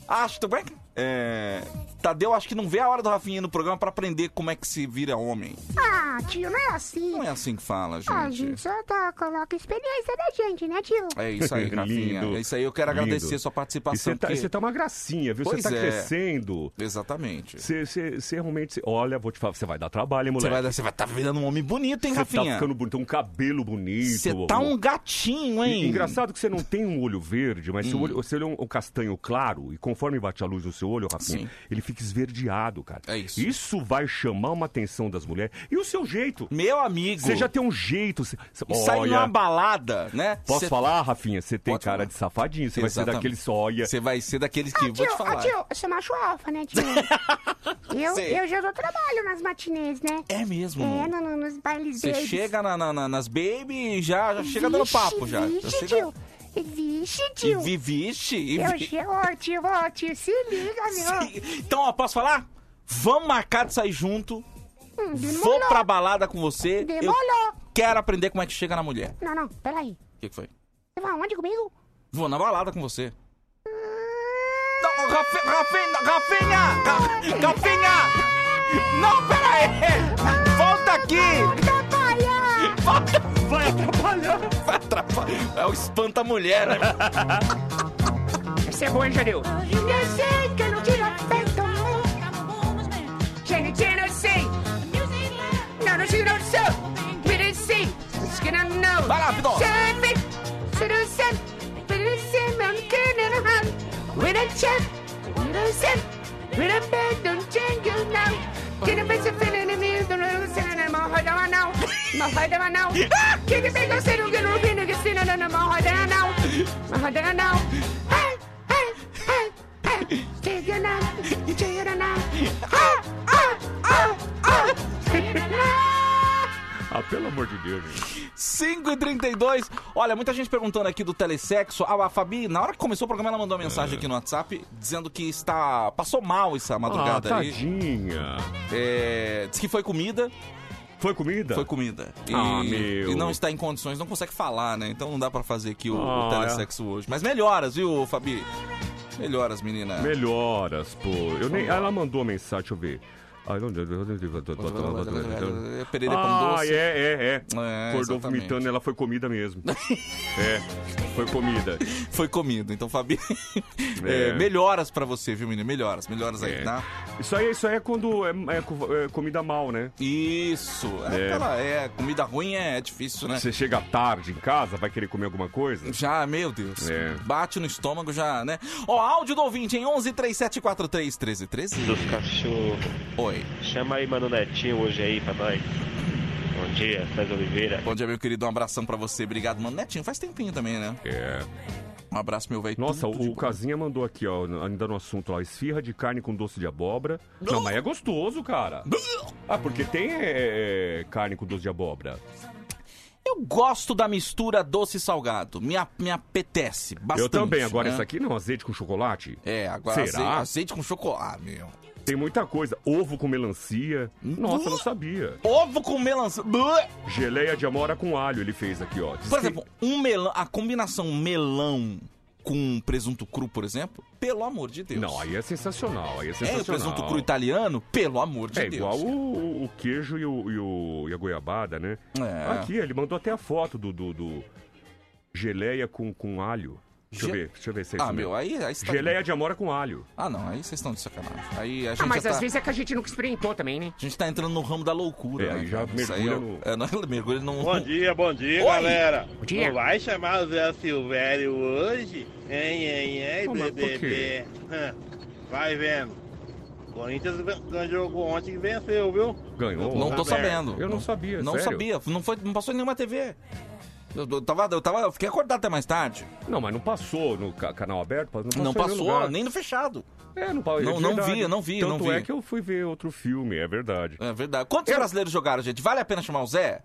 Speaker 2: Acho, tudo bem? É... Tadeu, acho que não vê a hora do Rafinha ir no programa pra aprender como é que se vira homem.
Speaker 7: Ah, tio, não é assim.
Speaker 2: Não é assim que fala,
Speaker 7: Ah, a
Speaker 2: gente.
Speaker 7: gente só tá, coloca experiência da gente, né, tio?
Speaker 2: É isso aí, Rafinha.
Speaker 5: Lindo,
Speaker 2: É isso aí, eu quero
Speaker 5: lindo.
Speaker 2: agradecer a sua participação.
Speaker 5: E você tá,
Speaker 2: porque-
Speaker 5: você tá uma gracinha, viu? Você
Speaker 2: Pois
Speaker 5: tá
Speaker 2: é.
Speaker 5: crescendo.
Speaker 2: Exatamente.
Speaker 5: Você, você- você realmente. você- Olha, vou te falar, você vai dar trabalho, hein,
Speaker 2: Você
Speaker 5: moleque.
Speaker 2: vai, dar- você vai tá virando um homem bonito, hein,
Speaker 5: Você tá
Speaker 2: Rafinha?
Speaker 5: ficando bonito, tem um cabelo bonito.
Speaker 2: Você tá um gatinho, hein?
Speaker 5: E- Engraçado que você não tem um olho verde, mas seu olho, você olha um, um castanho claro e conforme bate a luz no seu olho, Rafinha,
Speaker 2: Sim.
Speaker 5: ele fica esverdeado, cara.
Speaker 2: É isso.
Speaker 5: Isso vai chamar uma atenção das mulheres. E o seu jeito?
Speaker 2: Meu amigo.
Speaker 5: Você já tem um jeito. Você,
Speaker 2: E sai numa balada, né?
Speaker 5: Posso
Speaker 2: Cê-
Speaker 5: falar, Rafinha? Você tem cara de safadinho. Você vai ser
Speaker 2: Exatamente.
Speaker 5: daqueles olha.
Speaker 2: Você vai ser daqueles que. vou
Speaker 7: Tio,
Speaker 2: te
Speaker 7: ó,
Speaker 2: falar.
Speaker 7: tio, eu sou macho alfa, né, tio? eu,
Speaker 2: Sei.
Speaker 7: eu já dou trabalho nas matinês, né?
Speaker 2: É mesmo?
Speaker 7: É, no, no- nos bailes
Speaker 2: Você
Speaker 7: deles.
Speaker 2: chega na- na- na- nas baby e já, já chega dando papo já. já
Speaker 7: Vixe,
Speaker 2: chega...
Speaker 7: tio. Vixe,
Speaker 2: E
Speaker 7: tio.
Speaker 2: vi, vixe, e
Speaker 7: Eu
Speaker 2: vi-
Speaker 7: chego, ó, tio, ó, tio, se liga, meu.
Speaker 2: Então, ó, posso falar? Vamos marcar de sair junto.
Speaker 7: Hum,
Speaker 2: Vou
Speaker 7: demorou.
Speaker 2: pra balada com você. Eu
Speaker 7: Demorou.
Speaker 2: quero aprender como é que chega na mulher.
Speaker 7: Não, não, peraí.
Speaker 2: O que, que foi?
Speaker 7: Você vai aonde comigo? Ah,
Speaker 2: Vou na balada com você. Não, Rafi- Rafinha! Rafinha! Ra- Rafinha! Não, peraí! Volta aqui! Volta!
Speaker 5: Vai atrapalhar!
Speaker 2: Vai atrapalhar! É o espanta-mulher, né?
Speaker 6: Essa é boa, hein, Jadeu?
Speaker 3: Vai
Speaker 2: lá, Pidon.
Speaker 3: With a chip, with a sip, with a bed, don't change you now. Get a bit of feeling in me, the little sin, and my heart down now. My heart down now. Get a bit of sin, get a bit of sin, and my heart down now. My heart down now. Hey, hey, hey, hey. Take it now, take it now. Ah, ah, ah, ah. Take it now.
Speaker 5: Ah, pelo amor de Deus, gente.
Speaker 2: 5 e 32 Olha, muita gente perguntando aqui do telesexo. Ah, a Fabi, na hora que começou o programa, ela mandou uma mensagem aqui no WhatsApp dizendo que está. Passou mal essa madrugada
Speaker 5: ah,
Speaker 2: aí.
Speaker 5: tadinha.
Speaker 2: É, diz que foi comida.
Speaker 5: Foi comida?
Speaker 2: Foi comida. E,
Speaker 5: Ah, meu.
Speaker 2: e não está em condições, não consegue falar, né? Então não dá pra fazer aqui o, o
Speaker 5: Ah,
Speaker 2: telesexo hoje. Mas melhoras, viu, Fabi? Melhoras, menina.
Speaker 5: Melhoras, pô. Eu nem... Ela mandou mensagem, deixa eu ver. Ai, não-
Speaker 2: Pererê com
Speaker 5: ah,
Speaker 2: doce.
Speaker 5: é, é,
Speaker 2: É,
Speaker 5: é. Acordou
Speaker 2: exatamente.
Speaker 5: vomitando, ela foi comida mesmo. é, foi comida.
Speaker 2: Foi comida. Então, Fabi,
Speaker 5: É.
Speaker 2: é, melhoras pra você, viu, menina? Melhoras, melhoras aí,
Speaker 5: É.
Speaker 2: tá?
Speaker 5: Isso aí, isso aí é quando é, é co- é comida mal, né?
Speaker 2: Isso. É.
Speaker 5: É.
Speaker 2: Aquela, é, comida ruim é, é difícil, né?
Speaker 5: Você chega tarde em casa, vai querer comer alguma coisa?
Speaker 2: Já, meu Deus.
Speaker 5: É.
Speaker 2: Bate no estômago já, né? Ó, áudio do ouvinte em 11 3743 1313.
Speaker 9: Dos cachorros.
Speaker 2: Oi.
Speaker 9: Chama aí, mano Netinho, hoje aí pra nós. Bom dia, César Oliveira.
Speaker 2: Bom dia, meu querido. Um abração pra você. Obrigado, mano. Netinho, faz tempinho também, né?
Speaker 5: É.
Speaker 2: Um abraço, meu velho.
Speaker 5: Nossa,
Speaker 2: Tudo de
Speaker 5: o
Speaker 2: bom.
Speaker 5: Casinha mandou aqui, ó, ainda no assunto, ó, esfirra de carne com doce de abóbora. Não, mas é gostoso, cara. Ah, porque tem é, é, carne com doce de abóbora.
Speaker 2: Eu gosto da mistura doce e salgado. Me, a- me apetece bastante.
Speaker 5: Eu também. Agora,
Speaker 2: né?
Speaker 5: isso aqui não, azeite com chocolate?
Speaker 2: É, agora azeite,
Speaker 5: Será?
Speaker 2: azeite com chocolate, meu.
Speaker 5: Tem muita coisa. Ovo com melancia.
Speaker 2: Hum.
Speaker 5: Nossa,
Speaker 2: Uh!
Speaker 5: eu não sabia.
Speaker 2: Ovo com melancia. Bleh!
Speaker 5: Geleia de amora com alho ele fez aqui, ó. Diz
Speaker 2: Por
Speaker 5: que-
Speaker 2: exemplo, um melão, a combinação melão com presunto cru, por exemplo, pelo amor de Deus.
Speaker 5: Não, aí é sensacional. Aí é
Speaker 2: É,
Speaker 5: sensacional.
Speaker 2: o presunto cru italiano, pelo amor de
Speaker 5: É
Speaker 2: Deus. Ah,
Speaker 5: igual o, o queijo e, o, e, o- e a goiabada, né?
Speaker 2: É.
Speaker 5: Aqui, ele mandou até a foto do, do, do geleia com, com alho. Deixa
Speaker 2: Ge-
Speaker 5: eu ver, deixa eu ver se é
Speaker 2: Ah,
Speaker 5: isso
Speaker 2: meu,
Speaker 5: mesmo.
Speaker 2: aí- aí você tá-
Speaker 5: Geleia de amora com alho.
Speaker 2: Ah, não, aí vocês estão de sacanagem. Aí a gente
Speaker 6: Ah, mas
Speaker 2: já tá...
Speaker 6: às vezes é que a gente nunca experimentou também, né?
Speaker 2: A gente tá entrando no ramo da loucura.
Speaker 5: É,
Speaker 2: né,
Speaker 5: aí já
Speaker 2: cara? Isso aí
Speaker 5: mergulha
Speaker 2: é o- é, não, mergulha num...
Speaker 10: Bom dia, bom dia,
Speaker 2: Oi.
Speaker 10: galera.
Speaker 2: Bom dia.
Speaker 10: Não vai chamar o Zé Silvério hoje? Hein, hein, hein,
Speaker 5: Pô, mas por
Speaker 10: BBB? Hã, Vai vendo. Corinthians ven- ganhou jogo ontem e venceu, viu?
Speaker 5: Ganhou.
Speaker 2: Não tô sabendo.
Speaker 5: Eu não sabia,
Speaker 2: Não
Speaker 5: sério.
Speaker 2: sabia, não, foi, não passou em nenhuma TV. Eu, eu tava, eu tava, eu fiquei acordado até mais tarde.
Speaker 5: Não, mas não passou no ca- canal aberto? Não passou,
Speaker 2: Não
Speaker 5: em nenhum
Speaker 2: passou,
Speaker 5: lugar.
Speaker 2: nem no fechado.
Speaker 5: É, não, pa- é
Speaker 2: Não- não
Speaker 5: verdade.
Speaker 2: vi, não vi,
Speaker 5: Tanto
Speaker 2: não vi.
Speaker 5: é que eu fui ver outro filme, é verdade.
Speaker 2: É verdade. Quantos brasileiros jogaram, gente? Vale a pena chamar o Zé?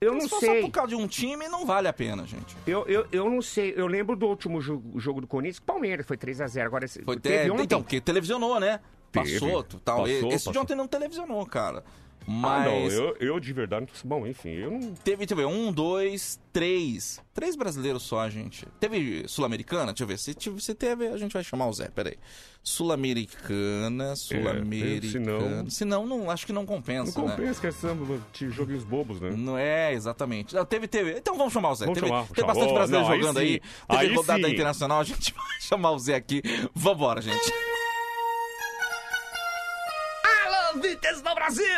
Speaker 6: Eu não
Speaker 2: Se for
Speaker 6: sei.
Speaker 2: só por causa de um time, não vale a pena, gente.
Speaker 6: Eu, eu, eu não sei, eu lembro do último jo- jogo, do Corinthians, que Palmeiras foi 3x0. Agora esse-
Speaker 2: Foi
Speaker 6: teve
Speaker 2: te-
Speaker 6: ontem.
Speaker 2: Então, porque televisionou, né?
Speaker 5: Teve.
Speaker 2: Passou, tal.
Speaker 5: Passou,
Speaker 2: E- Esse de
Speaker 5: passou.
Speaker 2: ontem não televisionou, cara.
Speaker 5: Ah, não,
Speaker 2: Mas
Speaker 5: eu, eu de verdade não tô... Bom, enfim, eu não...
Speaker 2: teve, deixa eu ver, um, dois, três. Três brasileiros só, gente. Teve Sul-Americana? Deixa eu ver. Se, tive- se teve, a gente vai chamar o Zé, peraí. Sul-Americana, Sul-Americana.
Speaker 5: É, se não-
Speaker 2: se não, não, acho que não
Speaker 5: Não
Speaker 2: compensa, né?
Speaker 5: compensa que são de joguinhos bobos, né?
Speaker 2: Não é, exatamente. Ah, teve, teve. Então vamos chamar o Zé.
Speaker 5: Vamos
Speaker 2: teve,
Speaker 5: chamar, vamos
Speaker 2: tem
Speaker 5: chamar.
Speaker 2: bastante
Speaker 5: Oh,
Speaker 2: brasileiro
Speaker 5: não, aí
Speaker 2: jogando aí.
Speaker 5: sim.
Speaker 2: Teve
Speaker 5: Aí
Speaker 2: rodada
Speaker 5: sim.
Speaker 2: internacional, a gente vai chamar o Zé aqui. Vambora, gente.
Speaker 6: Alô, Vitas do Brasil!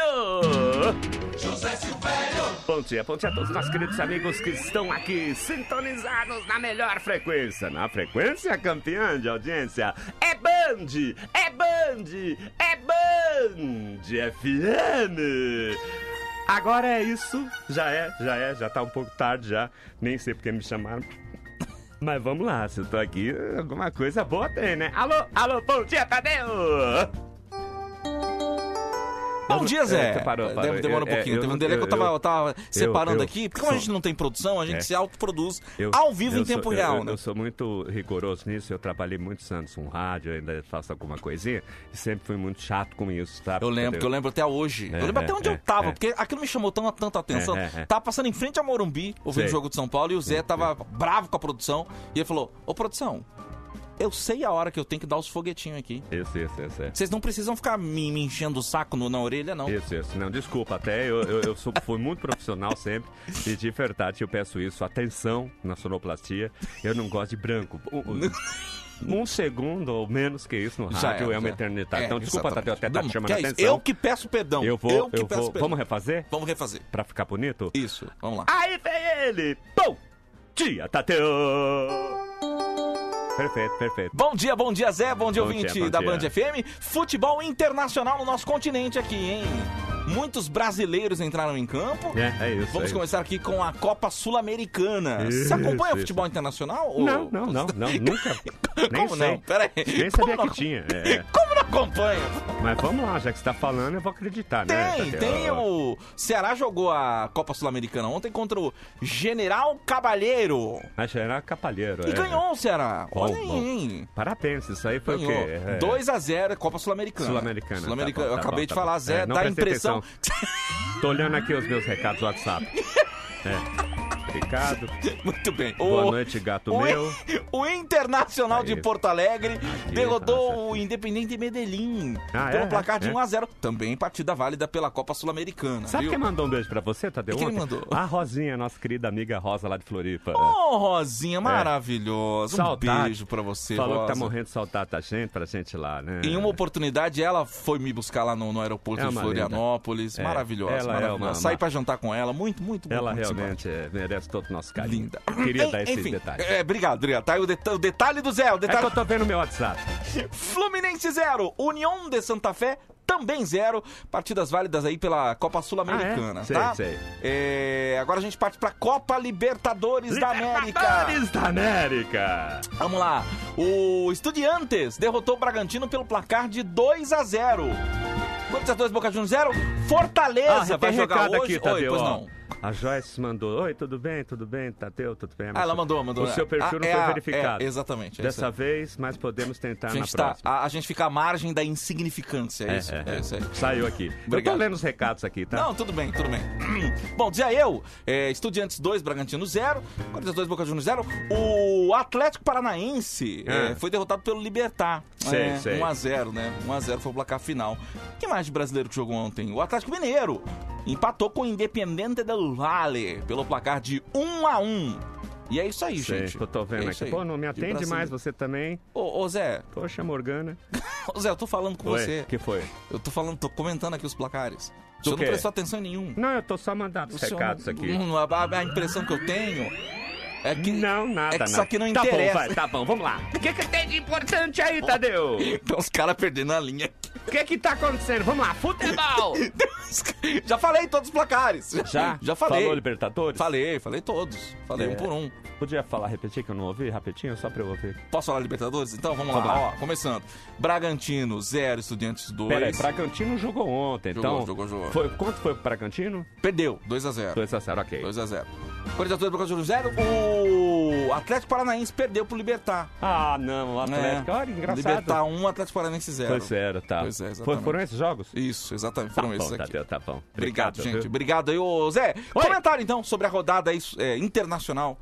Speaker 6: José Silvério! Bom
Speaker 5: é
Speaker 6: dia, bom dia a todos nossos queridos amigos que estão aqui sintonizados na melhor frequência. Na frequência campeã de audiência é Band! É Band! É Band!
Speaker 5: FM! Agora é isso. Já é, já é, já tá um pouco tarde já. Nem sei porque me chamaram. Mas vamos lá, se eu tô aqui, alguma coisa boa tem, né? Alô, alô, bom dia, Tadeu!
Speaker 2: Bom dia, Zé.
Speaker 5: É, parou, parou.
Speaker 2: Deve- Demora um
Speaker 5: É, é,
Speaker 2: pouquinho.
Speaker 5: eu
Speaker 2: Teve um
Speaker 5: não-
Speaker 2: delay que eu
Speaker 5: eu-
Speaker 2: tava,
Speaker 5: eu-
Speaker 2: eu tava separando
Speaker 5: eu-
Speaker 2: aqui. Porque como a
Speaker 5: sou-
Speaker 2: gente não tem produção, a gente
Speaker 5: É.
Speaker 2: se autoproduz
Speaker 5: Eu-
Speaker 2: ao vivo
Speaker 5: eu
Speaker 2: em tempo
Speaker 5: sou- eu-
Speaker 2: real,
Speaker 5: eu,
Speaker 2: né?
Speaker 5: eu sou muito rigoroso nisso, eu trabalhei muitos anos com rádio, ainda faço alguma coisinha, e sempre fui muito chato com isso, tá?
Speaker 2: Eu lembro,
Speaker 5: Tadeu?
Speaker 2: que eu lembro até hoje.
Speaker 5: É,
Speaker 2: eu lembro até
Speaker 5: é,
Speaker 2: onde eu
Speaker 5: é,
Speaker 2: tava,
Speaker 5: é.
Speaker 2: porque aquilo me chamou tão, tanta atenção.
Speaker 5: É, é, é.
Speaker 2: Tava passando em frente a Morumbi, ouvindo o
Speaker 5: Sei.
Speaker 2: jogo de São Paulo, e o Zé tava bravo com a produção. E ele falou: Ô, produção, eu sei a hora que eu tenho que dar os foguetinhos aqui.
Speaker 5: Isso, isso, isso, é.
Speaker 2: Vocês não precisam ficar me, me enchendo o saco no- na orelha, não.
Speaker 5: Isso, isso. Não, desculpa, até eu, eu, eu sou, fui muito profissional sempre e de verdade eu peço isso. Atenção na sonoplastia, eu não gosto de branco. Um, um- um segundo ou menos que isso no
Speaker 2: Já
Speaker 5: rádio
Speaker 2: é,
Speaker 5: é, uma
Speaker 2: já é.
Speaker 5: eternidade.
Speaker 2: É,
Speaker 5: então, desculpa,
Speaker 2: exatamente.
Speaker 5: Tadeu, até tá
Speaker 2: Não,
Speaker 5: te chamando
Speaker 2: que é isso.
Speaker 5: atenção.
Speaker 2: Eu que peço perdão.
Speaker 5: Eu vou, eu,
Speaker 2: Eu que peço
Speaker 5: vou.
Speaker 2: perdão.
Speaker 5: Vamos refazer?
Speaker 2: Vamos refazer.
Speaker 5: Pra ficar bonito?
Speaker 2: Isso, vamos lá.
Speaker 5: Aí vem ele! Bom dia, Tadeu! Perfeito, perfeito.
Speaker 2: Bom dia, bom dia, Zé. Bom dia,
Speaker 5: Bom
Speaker 2: ouvinte
Speaker 5: dia, bom
Speaker 2: da
Speaker 5: dia.
Speaker 2: Band FM. Futebol internacional no nosso continente aqui, hein? Muitos brasileiros entraram em campo.
Speaker 5: É, é isso.
Speaker 2: Vamos
Speaker 5: é isso.
Speaker 2: começar aqui com a Copa Sul-Americana. Você
Speaker 5: Isso,
Speaker 2: acompanha o
Speaker 5: isso.
Speaker 2: futebol internacional? ou-
Speaker 5: Não, não, não, não, nunca. Nem
Speaker 2: Como
Speaker 5: sei.
Speaker 2: não? Pera aí.
Speaker 5: Nem
Speaker 2: Como
Speaker 5: sabia
Speaker 2: não?
Speaker 5: que tinha. É.
Speaker 2: Como não acompanho.
Speaker 5: Mas vamos lá, já que você tá falando, eu vou acreditar, né?
Speaker 2: Tem,
Speaker 5: Tadeu?
Speaker 2: tem um- o. Ceará jogou a Copa Sul-Americana ontem contra o General Cabalheiro.
Speaker 5: Mas era capalheiro,
Speaker 2: E
Speaker 5: é.
Speaker 2: ganhou o Ceará.
Speaker 5: Bom,
Speaker 2: Olha aí,
Speaker 5: bom.
Speaker 2: hein?
Speaker 5: Parabéns, isso aí foi o quê? É.
Speaker 2: 2x0, Copa Sul-Americana.
Speaker 5: Sul-Americana. tá
Speaker 2: Sul-Americana.
Speaker 5: bom,
Speaker 2: Eu
Speaker 5: tá
Speaker 2: acabei
Speaker 5: bom, tá
Speaker 2: de falar,
Speaker 5: bom.
Speaker 2: Zé,
Speaker 5: É, não
Speaker 2: dá a
Speaker 5: prestei atenção.
Speaker 2: impressão.
Speaker 5: Tô olhando aqui os meus recados do WhatsApp. É. Ricardo.
Speaker 2: Muito bem.
Speaker 5: Boa
Speaker 2: O-
Speaker 5: noite, gato
Speaker 2: O,
Speaker 5: meu.
Speaker 2: o Internacional de Porto Alegre derrotou o Independente Medellín
Speaker 5: Ah,
Speaker 2: pelo
Speaker 5: é?
Speaker 2: placar de
Speaker 5: É?
Speaker 2: 1x0. Também partida válida pela Copa Sul-Americana.
Speaker 5: Sabe
Speaker 2: viu?
Speaker 5: quem mandou um beijo pra você, Tadeu?
Speaker 2: Quem
Speaker 5: ontem?
Speaker 2: mandou?
Speaker 5: A Rosinha, nossa querida amiga Rosa lá de Floripa.
Speaker 2: Ô, Rosinha,
Speaker 5: É.
Speaker 2: maravilhosa. Um
Speaker 5: Saudade.
Speaker 2: beijo pra você,
Speaker 5: Falou que tá
Speaker 2: Rosa.
Speaker 5: morrendo de saudade da gente, pra gente lá, né?
Speaker 2: Em uma oportunidade, ela foi me buscar lá no, no aeroporto
Speaker 5: É
Speaker 2: de
Speaker 5: uma
Speaker 2: Florianópolis.
Speaker 5: lenda. É,
Speaker 2: Maravilhosa,
Speaker 5: ela é
Speaker 2: maravilhosa.
Speaker 5: uma-
Speaker 2: Saí
Speaker 5: uma-
Speaker 2: pra jantar com ela. Muito, muito,
Speaker 5: Ela
Speaker 2: muito
Speaker 5: realmente é, merece todo o nosso carinho.
Speaker 2: Linda.
Speaker 5: Queria
Speaker 2: En-
Speaker 5: dar esse
Speaker 2: enfim,
Speaker 5: detalhe.
Speaker 2: É, obrigado, obrigado. Tá aí o, deta- o detalhe do Zé. O
Speaker 5: É que
Speaker 2: detalhe...
Speaker 5: eu tô vendo meu WhatsApp.
Speaker 2: Fluminense 0, União de Santa Fé também zero. Partidas válidas aí pela Copa Sul-Americana,
Speaker 5: Ah, é? Sei,
Speaker 2: tá?
Speaker 5: sei.
Speaker 2: É, agora a gente parte pra Copa Libertadores, da América.
Speaker 5: Libertadores da América!
Speaker 2: Vamos lá. O Estudiantes derrotou o Bragantino pelo placar de 2 a 0. Quantos dois Boca Juniors 0? Fortaleza
Speaker 5: Ah,
Speaker 2: vai
Speaker 5: tem
Speaker 2: jogar
Speaker 5: recado
Speaker 2: hoje.
Speaker 5: aqui,
Speaker 2: Oi,
Speaker 5: Tadeu,
Speaker 2: pois
Speaker 5: ó.
Speaker 2: não.
Speaker 5: A Joyce mandou, oi, tudo bem, tudo bem, Tadeu, tudo bem.
Speaker 2: Ah, ela mandou, mandou.
Speaker 5: O seu perfil
Speaker 2: Ah,
Speaker 5: não
Speaker 2: é
Speaker 5: foi
Speaker 2: a-
Speaker 5: verificado.
Speaker 2: é, exatamente, é isso
Speaker 5: Dessa
Speaker 2: aí.
Speaker 5: vez, mas podemos tentar
Speaker 2: A
Speaker 5: na
Speaker 2: gente, tá,
Speaker 5: próxima.
Speaker 2: a, a gente fica à margem da insignificância, é, isso?
Speaker 5: É, é,
Speaker 2: É isso aí.
Speaker 5: Saiu aqui.
Speaker 2: Obrigado.
Speaker 5: Eu tô lendo os recados aqui, tá?
Speaker 2: Não, tudo bem, tudo bem. Bom, dizia eu, é, Estudiantes 2, Bragantino 0, Corinthians 2, Boca Juniors 0. O Atlético Paranaense
Speaker 5: É.
Speaker 2: é, foi derrotado pelo Libertar.
Speaker 5: Sei, sei.
Speaker 2: 1x0, né? 1x0 foi o placar final. Quem mais de brasileiro que jogou ontem? O Atlético Mineiro empatou com o Independente del Valle pelo placar de 1x1. E é isso aí,
Speaker 5: Sei,
Speaker 2: gente.
Speaker 5: Eu tô vendo
Speaker 2: É isso
Speaker 5: aqui.
Speaker 2: aí.
Speaker 5: Pô, não me
Speaker 2: De
Speaker 5: atende
Speaker 2: brasileiro.
Speaker 5: mais você também.
Speaker 2: Ô, ô, Zé.
Speaker 5: Poxa, Morgana.
Speaker 2: Ô, Zé, eu tô falando com
Speaker 5: Oi,
Speaker 2: você.
Speaker 5: que foi?
Speaker 2: Eu tô falando, tô comentando aqui os placares. O
Speaker 5: Do
Speaker 2: senhor não
Speaker 5: quê?
Speaker 2: prestou atenção em nenhum.
Speaker 5: Não, eu tô só mandando os
Speaker 2: O senhor
Speaker 5: recados
Speaker 2: não-
Speaker 5: aqui.
Speaker 2: não- a, a impressão que eu tenho é que. Não, nada, é que isso
Speaker 5: nada.
Speaker 2: aqui não
Speaker 5: Tá bom,
Speaker 2: interessa.
Speaker 5: vai, tá bom, vamos lá. O que, que tem de importante aí,
Speaker 6: tá
Speaker 5: Tadeu?
Speaker 2: Então os caras perdendo a linha.
Speaker 5: O que que tá acontecendo? Vamos lá, futebol!
Speaker 2: Já falei todos os placares.
Speaker 5: Já?
Speaker 2: Hum, Já falei.
Speaker 5: Falou Libertadores?
Speaker 2: Falei, falei todos. Falei
Speaker 5: É.
Speaker 2: um por um.
Speaker 5: Podia falar, repetir que eu não ouvi rapidinho, só pra eu ouvir.
Speaker 2: Posso falar Libertadores? Então vamos lá.
Speaker 5: Vamos lá.
Speaker 2: Ó, começando. Bragantino, 0, Estudiantes 2.
Speaker 5: Peraí, Bragantino jogou ontem,
Speaker 2: Jogou,
Speaker 5: então.
Speaker 2: jogou, jogou.
Speaker 5: Foi, quanto foi pro Bragantino?
Speaker 2: Perdeu, 2x0.
Speaker 5: 2x0, ok.
Speaker 2: 2x0. Corinthians 2, Boca Juniors 0. O Atlético Paranaense perdeu pro Libertar. né?
Speaker 5: Ah, não, o Atlético. Olha, engraçado.
Speaker 2: É. Libertar 1, Atlético Paranaense 0.
Speaker 5: Foi zero, tá.
Speaker 2: Pois é,
Speaker 5: Foi-
Speaker 2: exatamente.
Speaker 5: foforam esses jogos?
Speaker 2: Isso, exatamente. Foram
Speaker 5: tá
Speaker 2: esses
Speaker 5: bom,
Speaker 2: aqui.
Speaker 5: Tadeu, tá bom.
Speaker 2: Obrigado, gente.
Speaker 5: viu?
Speaker 2: Obrigado aí, ô Zé. Comentário então sobre a rodada aí, é, internacional.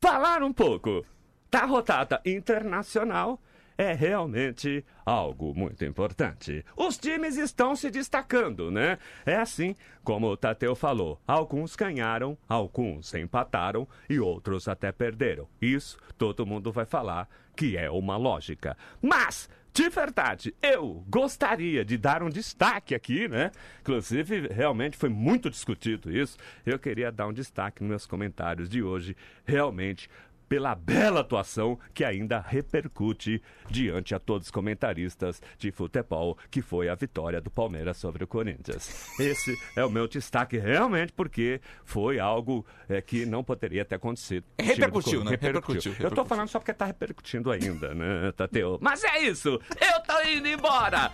Speaker 5: falar um pouco da rodada internacional é realmente algo muito importante. Os times estão se destacando, né? É assim como o Tateu falou: alguns ganharam, alguns empataram e outros até perderam. Isso todo mundo vai falar que é uma lógica. Mas. De verdade, eu gostaria de dar um destaque aqui, né? Inclusive, realmente foi muito discutido isso. Eu queria dar um destaque nos meus comentários de hoje, realmente pela bela atuação que ainda repercute diante a todos os comentaristas de futebol, que foi a vitória do Palmeiras sobre o Corinthians. Esse é o meu destaque realmente porque foi algo é, que não poderia ter acontecido. O time do
Speaker 2: Repercutiu,
Speaker 5: Corinthians
Speaker 2: né? Repercutiu,
Speaker 5: Repercutiu. Eu tô
Speaker 2: repercutiu.
Speaker 5: falando só porque tá repercutindo ainda, né, Tateu? Mas é isso! Eu tô indo embora!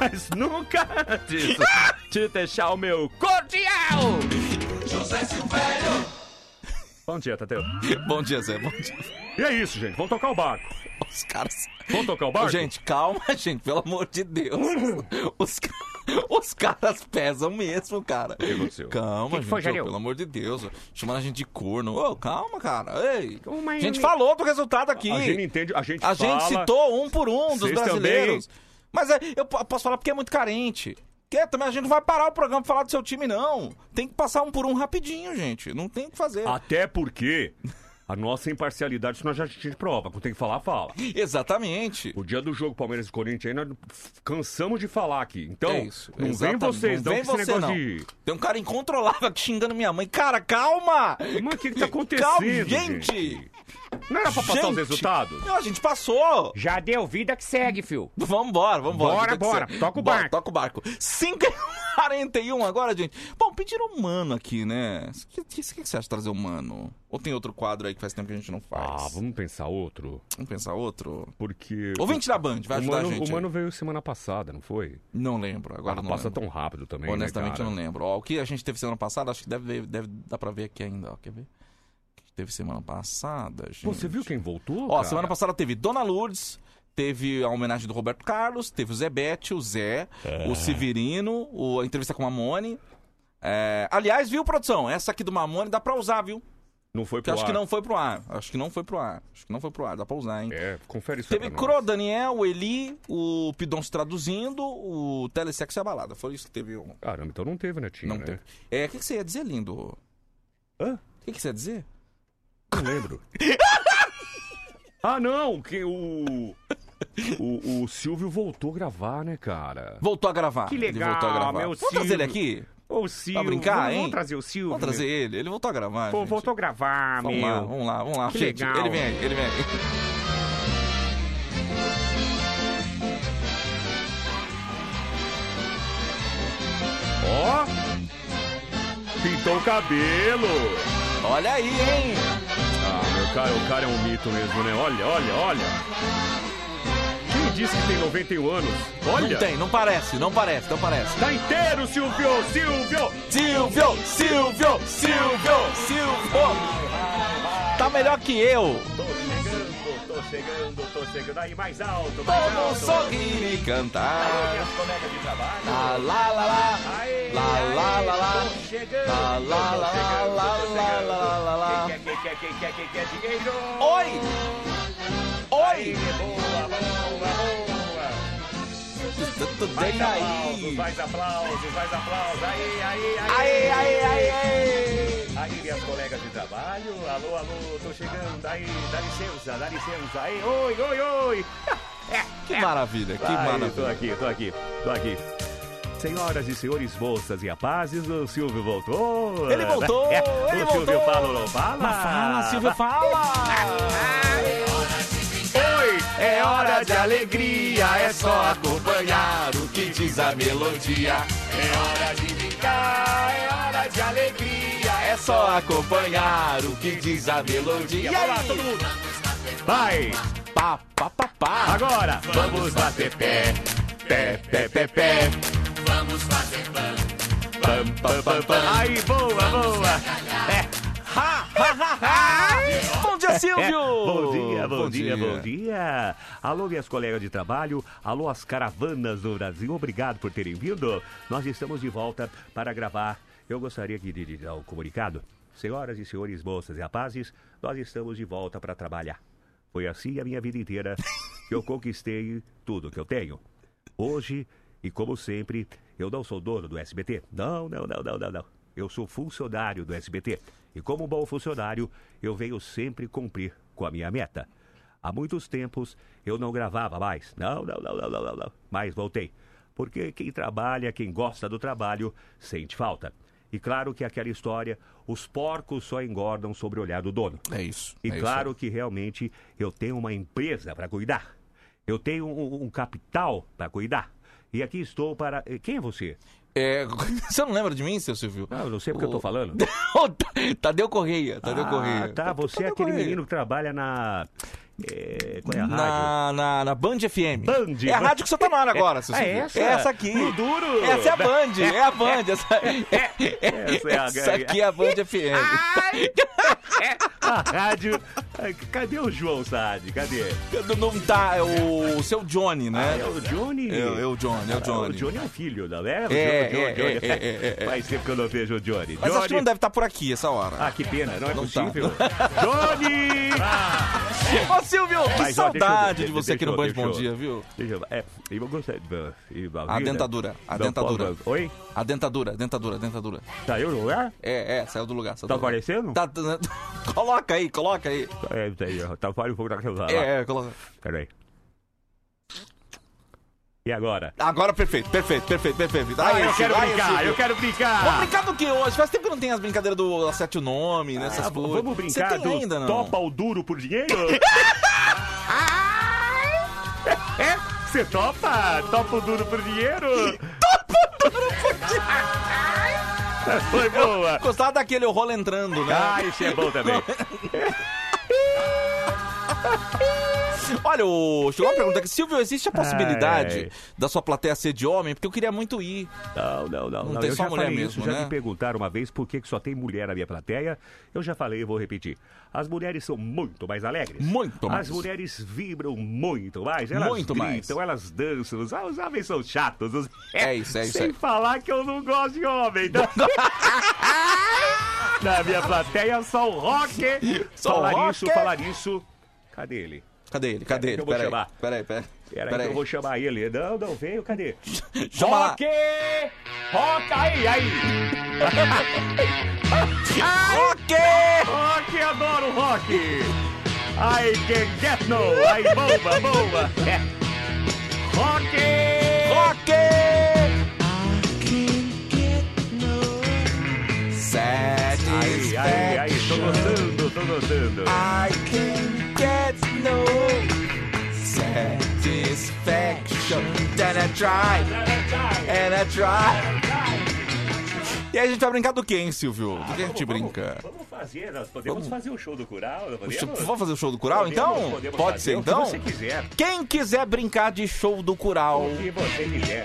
Speaker 5: Mas nunca antes de deixar o meu cordial!
Speaker 3: José Silvério.
Speaker 5: Bom dia, Tateu.
Speaker 2: Bom dia, Zé. Bom dia.
Speaker 5: E é isso, gente. Vamos tocar o barco.
Speaker 2: Os caras.
Speaker 5: Vamos tocar o barco?
Speaker 2: Gente, calma, gente, pelo amor de Deus. Os, ca- os caras pesam mesmo, cara. O que
Speaker 5: aconteceu?
Speaker 2: Calma,
Speaker 5: Que que foi,
Speaker 2: gente,
Speaker 5: Janil?
Speaker 2: ô, pelo amor de Deus. Chamando a gente de corno. Ô, calma, cara. Ei.
Speaker 5: Uma-
Speaker 2: A gente falou do resultado aqui.
Speaker 5: A gente entende, a gente
Speaker 2: A
Speaker 5: fala.
Speaker 2: gente citou um por um dos
Speaker 5: Vocês
Speaker 2: brasileiros. Mas é, eu po- posso falar porque é muito carente. Que também a gente não vai parar o programa pra falar do seu time, não. Tem que passar um por um rapidinho, gente. Não tem o que fazer.
Speaker 5: Até porque a nossa imparcialidade, isso nós já tinha de prova. Quando tem que falar, fala.
Speaker 2: Exatamente.
Speaker 5: O dia do jogo Palmeiras e Corinthians, aí nós cansamos de falar aqui. Então,
Speaker 2: É isso,
Speaker 5: não vem
Speaker 2: exatamente.
Speaker 5: vocês, não,
Speaker 2: vem
Speaker 5: que esse
Speaker 2: você,
Speaker 5: negócio
Speaker 2: não.
Speaker 5: de...
Speaker 2: Tem um cara incontrolável aqui xingando minha mãe. Cara, calma!
Speaker 5: Mas o que, que tá acontecendo,
Speaker 2: Calma,
Speaker 5: gente?
Speaker 2: gente!
Speaker 5: Não era pra passar os
Speaker 2: Gente!
Speaker 5: resultados?
Speaker 2: Não, a gente passou!
Speaker 6: Já deu vida que segue, fio.
Speaker 2: Vambora, vambora.
Speaker 6: Bora,
Speaker 2: Tem que
Speaker 6: bora,
Speaker 2: ser.
Speaker 6: toca o
Speaker 2: Bora,
Speaker 6: barco.
Speaker 2: Toca o barco. Cinco... 41 agora, gente. Bom, pediram um mano aqui, né? O que, que, que você acha de trazer um mano? Ou tem outro quadro aí que faz tempo que a gente não faz?
Speaker 5: Ah, vamos pensar outro.
Speaker 2: Vamos pensar outro?
Speaker 5: Porque.
Speaker 2: Ouvinte da Band, vai
Speaker 5: o
Speaker 2: ajudar a
Speaker 5: mano,
Speaker 2: gente
Speaker 5: O
Speaker 2: aí.
Speaker 5: Mano veio semana passada, não foi?
Speaker 2: Não lembro, agora
Speaker 5: ah,
Speaker 2: não
Speaker 5: Passa
Speaker 2: lembro.
Speaker 5: tão rápido também. né,
Speaker 2: Honestamente,
Speaker 5: cara?
Speaker 2: eu não lembro. Ó, o que a gente teve semana passada, acho que deve, ver- deve dar pra ver aqui ainda, ó. Quer ver? O que teve semana passada, gente?
Speaker 5: Pô, você viu quem voltou?
Speaker 2: Ó,
Speaker 5: cara?
Speaker 2: semana passada teve Dona Lourdes, teve a homenagem do Roberto Carlos, teve o Zé Bete, o Zé,
Speaker 5: É.
Speaker 2: o Severino, o- a entrevista com o Mamone. É, aliás, viu, produção? Essa aqui do Mamone dá pra usar, viu?
Speaker 5: Não foi
Speaker 2: Porque
Speaker 5: pro
Speaker 2: acho
Speaker 5: ar.
Speaker 2: que não foi pro ar. Acho que não foi pro ar. Acho que não foi pro ar. Dá pra usar, hein?
Speaker 5: É, confere isso aí
Speaker 2: Teve
Speaker 5: pra nós.
Speaker 2: Cro, Daniel, o Eli, o Pidon se traduzindo, o Telesexo e a balada. Foi isso que teve. Um...
Speaker 5: Caramba, então não teve, né, Tinho?
Speaker 2: Não
Speaker 5: né?
Speaker 2: teve. É, o que, que você ia dizer, lindo?
Speaker 5: Hã?
Speaker 2: O que, que você ia dizer?
Speaker 5: Não lembro. ah, não! Que o... o. O Silvio voltou a gravar, né, cara?
Speaker 2: Voltou a gravar.
Speaker 5: Que
Speaker 2: Ele
Speaker 5: legal,
Speaker 2: voltou a gravar.
Speaker 5: meu
Speaker 2: Vamos trazer ele
Speaker 5: Silvio.
Speaker 2: aqui?
Speaker 5: Ô, Silvio.
Speaker 2: Pra brincar,
Speaker 5: vamos,
Speaker 2: hein?
Speaker 5: Vamos trazer o Silvio.
Speaker 2: Vamos trazer ele. Ele voltou a gravar.
Speaker 5: Pô,
Speaker 2: gente.
Speaker 5: voltou a gravar,
Speaker 2: Vamos
Speaker 5: meu.
Speaker 2: lá, vamos lá, vamos lá.
Speaker 5: Que
Speaker 2: gente,
Speaker 5: legal.
Speaker 2: ele vem aí, ele vem aí.
Speaker 5: Ó! Pintou o cabelo!
Speaker 2: Olha aí, hein?
Speaker 5: Ah, meu cara, o cara é um mito mesmo, né? Olha, olha, olha! Quem disse que tem 91 anos? Olha!
Speaker 2: Não tem, não parece, não parece, não parece.
Speaker 5: Tá inteiro, Silvio! Silvio!
Speaker 2: Silvio, Silvio, Silvio, Silvio! Tá melhor que eu.
Speaker 5: Tô chegando, tô chegando, tô chegando. Aí, mais alto, mais
Speaker 2: Como
Speaker 5: alto.
Speaker 2: sorrir e
Speaker 5: Alô,
Speaker 2: cantar.
Speaker 5: minhas colegas de trabalho.
Speaker 2: Lá, lá, lá, lá.
Speaker 5: Aê,
Speaker 2: Lá, lá,
Speaker 5: aê,
Speaker 2: lá, lá.
Speaker 5: tô chegando,
Speaker 2: Lá, lá,
Speaker 5: tô
Speaker 2: lá,
Speaker 5: chegando,
Speaker 2: lá,
Speaker 5: tô
Speaker 2: lá,
Speaker 5: chegando.
Speaker 2: lá, lá, lá.
Speaker 5: Quem quer, quem quer, quem quer, quem quer dinheiro?
Speaker 2: Oi!
Speaker 5: Aí,
Speaker 2: Oi!
Speaker 5: tá boa, boa,
Speaker 2: Tudo
Speaker 5: boa. Mais
Speaker 2: bem aí?
Speaker 5: aplausos, mais aplausos, mais aplausos. Aí, aí,
Speaker 2: Aê,
Speaker 5: aí.
Speaker 2: aê, aê, aê!
Speaker 5: Aí, minhas colegas de trabalho. Alô, alô, tô chegando. Aí, dá licença, né? dá licença. Aí, oi, oi, oi.
Speaker 2: Que maravilha, que
Speaker 5: Ai, É. Tô
Speaker 2: maravilha.
Speaker 5: aqui, tô aqui, tô aqui. Senhoras e senhores, moças e rapazes, o Silvio voltou.
Speaker 2: Ele voltou,
Speaker 5: É,
Speaker 2: ele
Speaker 5: o
Speaker 2: voltou.
Speaker 5: Silvio fala ou não fala?
Speaker 2: Mas fala, Silvio,
Speaker 5: Ah,
Speaker 2: fala!
Speaker 5: Oi, é hora de alegria, é só acompanhar o que diz a melodia. É hora de brincar, é hora de alegria, é só acompanhar o que diz a melodia.
Speaker 2: E aí?
Speaker 5: Vamos lá, todo mundo. Vai!
Speaker 2: Pá, pá, pá, pá.
Speaker 5: Agora, vamos bater pé, pé, pé, pé, pé.
Speaker 3: Vamos fazer ban.
Speaker 5: Pam, pam, pam, pam. Aí, boa, boa. É. Ha, ha, ha, ha.
Speaker 2: Bom dia, Silvio!
Speaker 5: É, Bom dia, bom, dia, bom dia. Alô, minhas colegas de trabalho. Alô, as caravanas do Brasil. Obrigado por terem vindo. Nós estamos de volta para gravar. Eu gostaria aqui de, de dar um comunicado. Senhoras e senhores, moças e rapazes, nós estamos de volta para trabalhar. Foi assim a minha vida inteira que eu conquistei tudo que eu tenho. Hoje, e como sempre, eu não sou dono do SBT. Não, não, não, não, não, não. Eu sou funcionário do SBT. E como bom funcionário, eu venho sempre cumprir com a minha meta. Há muitos tempos eu não gravava mais. Não, não, não, não, não, não, não. Mas voltei. Porque quem trabalha, quem gosta do trabalho, sente falta. E claro que aquela história, os porcos só engordam sobre o olhar do dono.
Speaker 2: É isso.
Speaker 5: E
Speaker 2: é isso.
Speaker 5: claro que realmente eu tenho uma empresa para cuidar. Eu tenho um, um capital para cuidar. E aqui estou para. eh, Quem é você?
Speaker 2: É, você não lembra de mim, seu Silvio?
Speaker 5: Ah, eu não sei porque eu tô falando.
Speaker 2: Tadeu Correia, Tadeu
Speaker 5: Ah,
Speaker 2: Correia.
Speaker 5: tá. Você é
Speaker 2: Tadeu
Speaker 5: aquele
Speaker 2: Correia.
Speaker 5: menino que trabalha na. eh, qual é a rádio?
Speaker 2: Na, na, na Band FM.
Speaker 5: Band.
Speaker 2: É a rádio que você tá no ar agora, seu
Speaker 5: É
Speaker 2: Silvio.
Speaker 5: essa?
Speaker 2: É essa aqui.
Speaker 5: No duro.
Speaker 2: Essa é a Band, é a Band. Essa,
Speaker 5: Essa é a- Ah!
Speaker 2: essa aqui é a Band FM.
Speaker 5: A rádio. Ai, Cadê o João Saad? Cadê?
Speaker 2: Não- Não tá, é o seu Johnny, né?
Speaker 5: É o Johnny?
Speaker 2: É, é o Johnny, é o
Speaker 5: Ah,
Speaker 2: Johnny.
Speaker 5: O Johnny é o filho, não é? O
Speaker 2: É,
Speaker 5: Johnny,
Speaker 2: é,
Speaker 5: Johnny.
Speaker 2: é, é, é, é.
Speaker 5: Faz tempo que eu não vejo o Johnny.
Speaker 2: Mas acho que
Speaker 5: Johnny-
Speaker 2: não deve estar por aqui essa hora.
Speaker 5: Ah, que pena, não é
Speaker 2: Não tá.
Speaker 5: possível. Johnny!
Speaker 2: Ô, Silvio, que
Speaker 5: Mas, ó, deixa eu-
Speaker 2: saudade
Speaker 5: deixa-
Speaker 2: de você aqui no
Speaker 5: deixa
Speaker 2: Band
Speaker 5: eu-
Speaker 2: Bom
Speaker 5: deixa eu-
Speaker 2: Dia, viu?
Speaker 5: Deixa eu. É, eu gostaria. de- de-
Speaker 2: A dentadura, a
Speaker 5: Não,
Speaker 2: dentadura.
Speaker 5: pode- Oi?
Speaker 2: A dentadura, a dentadura, a dentadura.
Speaker 5: Saiu do lugar?
Speaker 2: É, é, saiu do lugar. Saiu
Speaker 5: Tá
Speaker 2: do lugar.
Speaker 5: aparecendo?
Speaker 2: Tá, tá- coloca aí, coloca aí.
Speaker 5: É, tá aí, ó. Tá fora um pouco daquela. lá.
Speaker 2: É, é, coloca.
Speaker 5: Peraí. E agora?
Speaker 2: Agora perfeito, perfeito, perfeito, perfeito.
Speaker 5: Ah,
Speaker 2: Aí,
Speaker 5: eu
Speaker 2: Silvio,
Speaker 5: quero
Speaker 2: aí,
Speaker 5: brincar,
Speaker 2: Silvio.
Speaker 5: eu quero brincar!
Speaker 2: Vamos brincar do que hoje? Faz tempo que não tem as brincadeiras do Acerte o Nome, né? Essas
Speaker 5: Ah,
Speaker 2: coisas.
Speaker 5: vamos brincar
Speaker 2: Você tem
Speaker 5: do
Speaker 2: ainda, não?
Speaker 5: topa o duro por dinheiro? É? Você topa? Topa o duro por dinheiro? Foi boa.
Speaker 2: Gostava daquele o rolo entrando, né?
Speaker 5: Ah, isso é bom também.
Speaker 2: Olha, o... chegou uma pergunta aqui. Silvio, existe a possibilidade
Speaker 5: Ai, ai.
Speaker 2: da sua plateia ser de homem? Porque eu queria muito ir.
Speaker 5: Não, não, não.
Speaker 2: Não tem
Speaker 5: eu
Speaker 2: só
Speaker 5: já
Speaker 2: mulher
Speaker 5: falei
Speaker 2: mesmo,
Speaker 5: isso, já
Speaker 2: né?
Speaker 5: me perguntaram uma vez por que que só tem mulher na minha plateia. Eu já falei, eu vou repetir. As mulheres são muito mais alegres.
Speaker 2: Muito mais.
Speaker 5: As mulheres vibram muito mais. Elas
Speaker 2: Muito mais.
Speaker 5: gritam, elas dançam. Os os homens são chatos. Os-
Speaker 2: É isso, é isso
Speaker 5: Sem
Speaker 2: aí.
Speaker 5: falar que eu não gosto de homem. tá? na minha plateia só o rock.
Speaker 2: Só o
Speaker 5: falar
Speaker 2: rock.
Speaker 5: isso, falar isso. Cadê ele?
Speaker 2: Cadê ele? Cadê
Speaker 5: que
Speaker 2: ele?
Speaker 5: eu vou
Speaker 2: Peraí,
Speaker 5: chamar.
Speaker 2: peraí, peraí.
Speaker 5: Peraí, que
Speaker 2: Peraí.
Speaker 5: eu vou chamar ele. Não, não, veio, cadê?
Speaker 2: Chama lá.
Speaker 5: Rock! Rock! Aí, aí!
Speaker 2: rock!
Speaker 5: Rock, adoro rock! I can get no! Aí, bomba, bomba! É. Rock!
Speaker 2: Rock! Sete.
Speaker 5: Aí, aí, aí, tô gostando, tô gostando.
Speaker 2: I can get no satisfaction. Then I try, and I try. E aí a gente vai brincar do quê, hein, Silvio? Do que a gente brinca?
Speaker 5: Vamos fazer, nós podemos fazer o show do Curau, não
Speaker 2: Puxa,
Speaker 5: podemos?
Speaker 2: Vamos fazer o show do Curau,
Speaker 5: Podemos,
Speaker 2: então?
Speaker 5: podemos
Speaker 2: Pode
Speaker 5: fazer
Speaker 2: ser,
Speaker 5: o que
Speaker 2: então?
Speaker 5: você quiser.
Speaker 2: Quem quiser brincar de show do Curau,
Speaker 5: O que você quiser.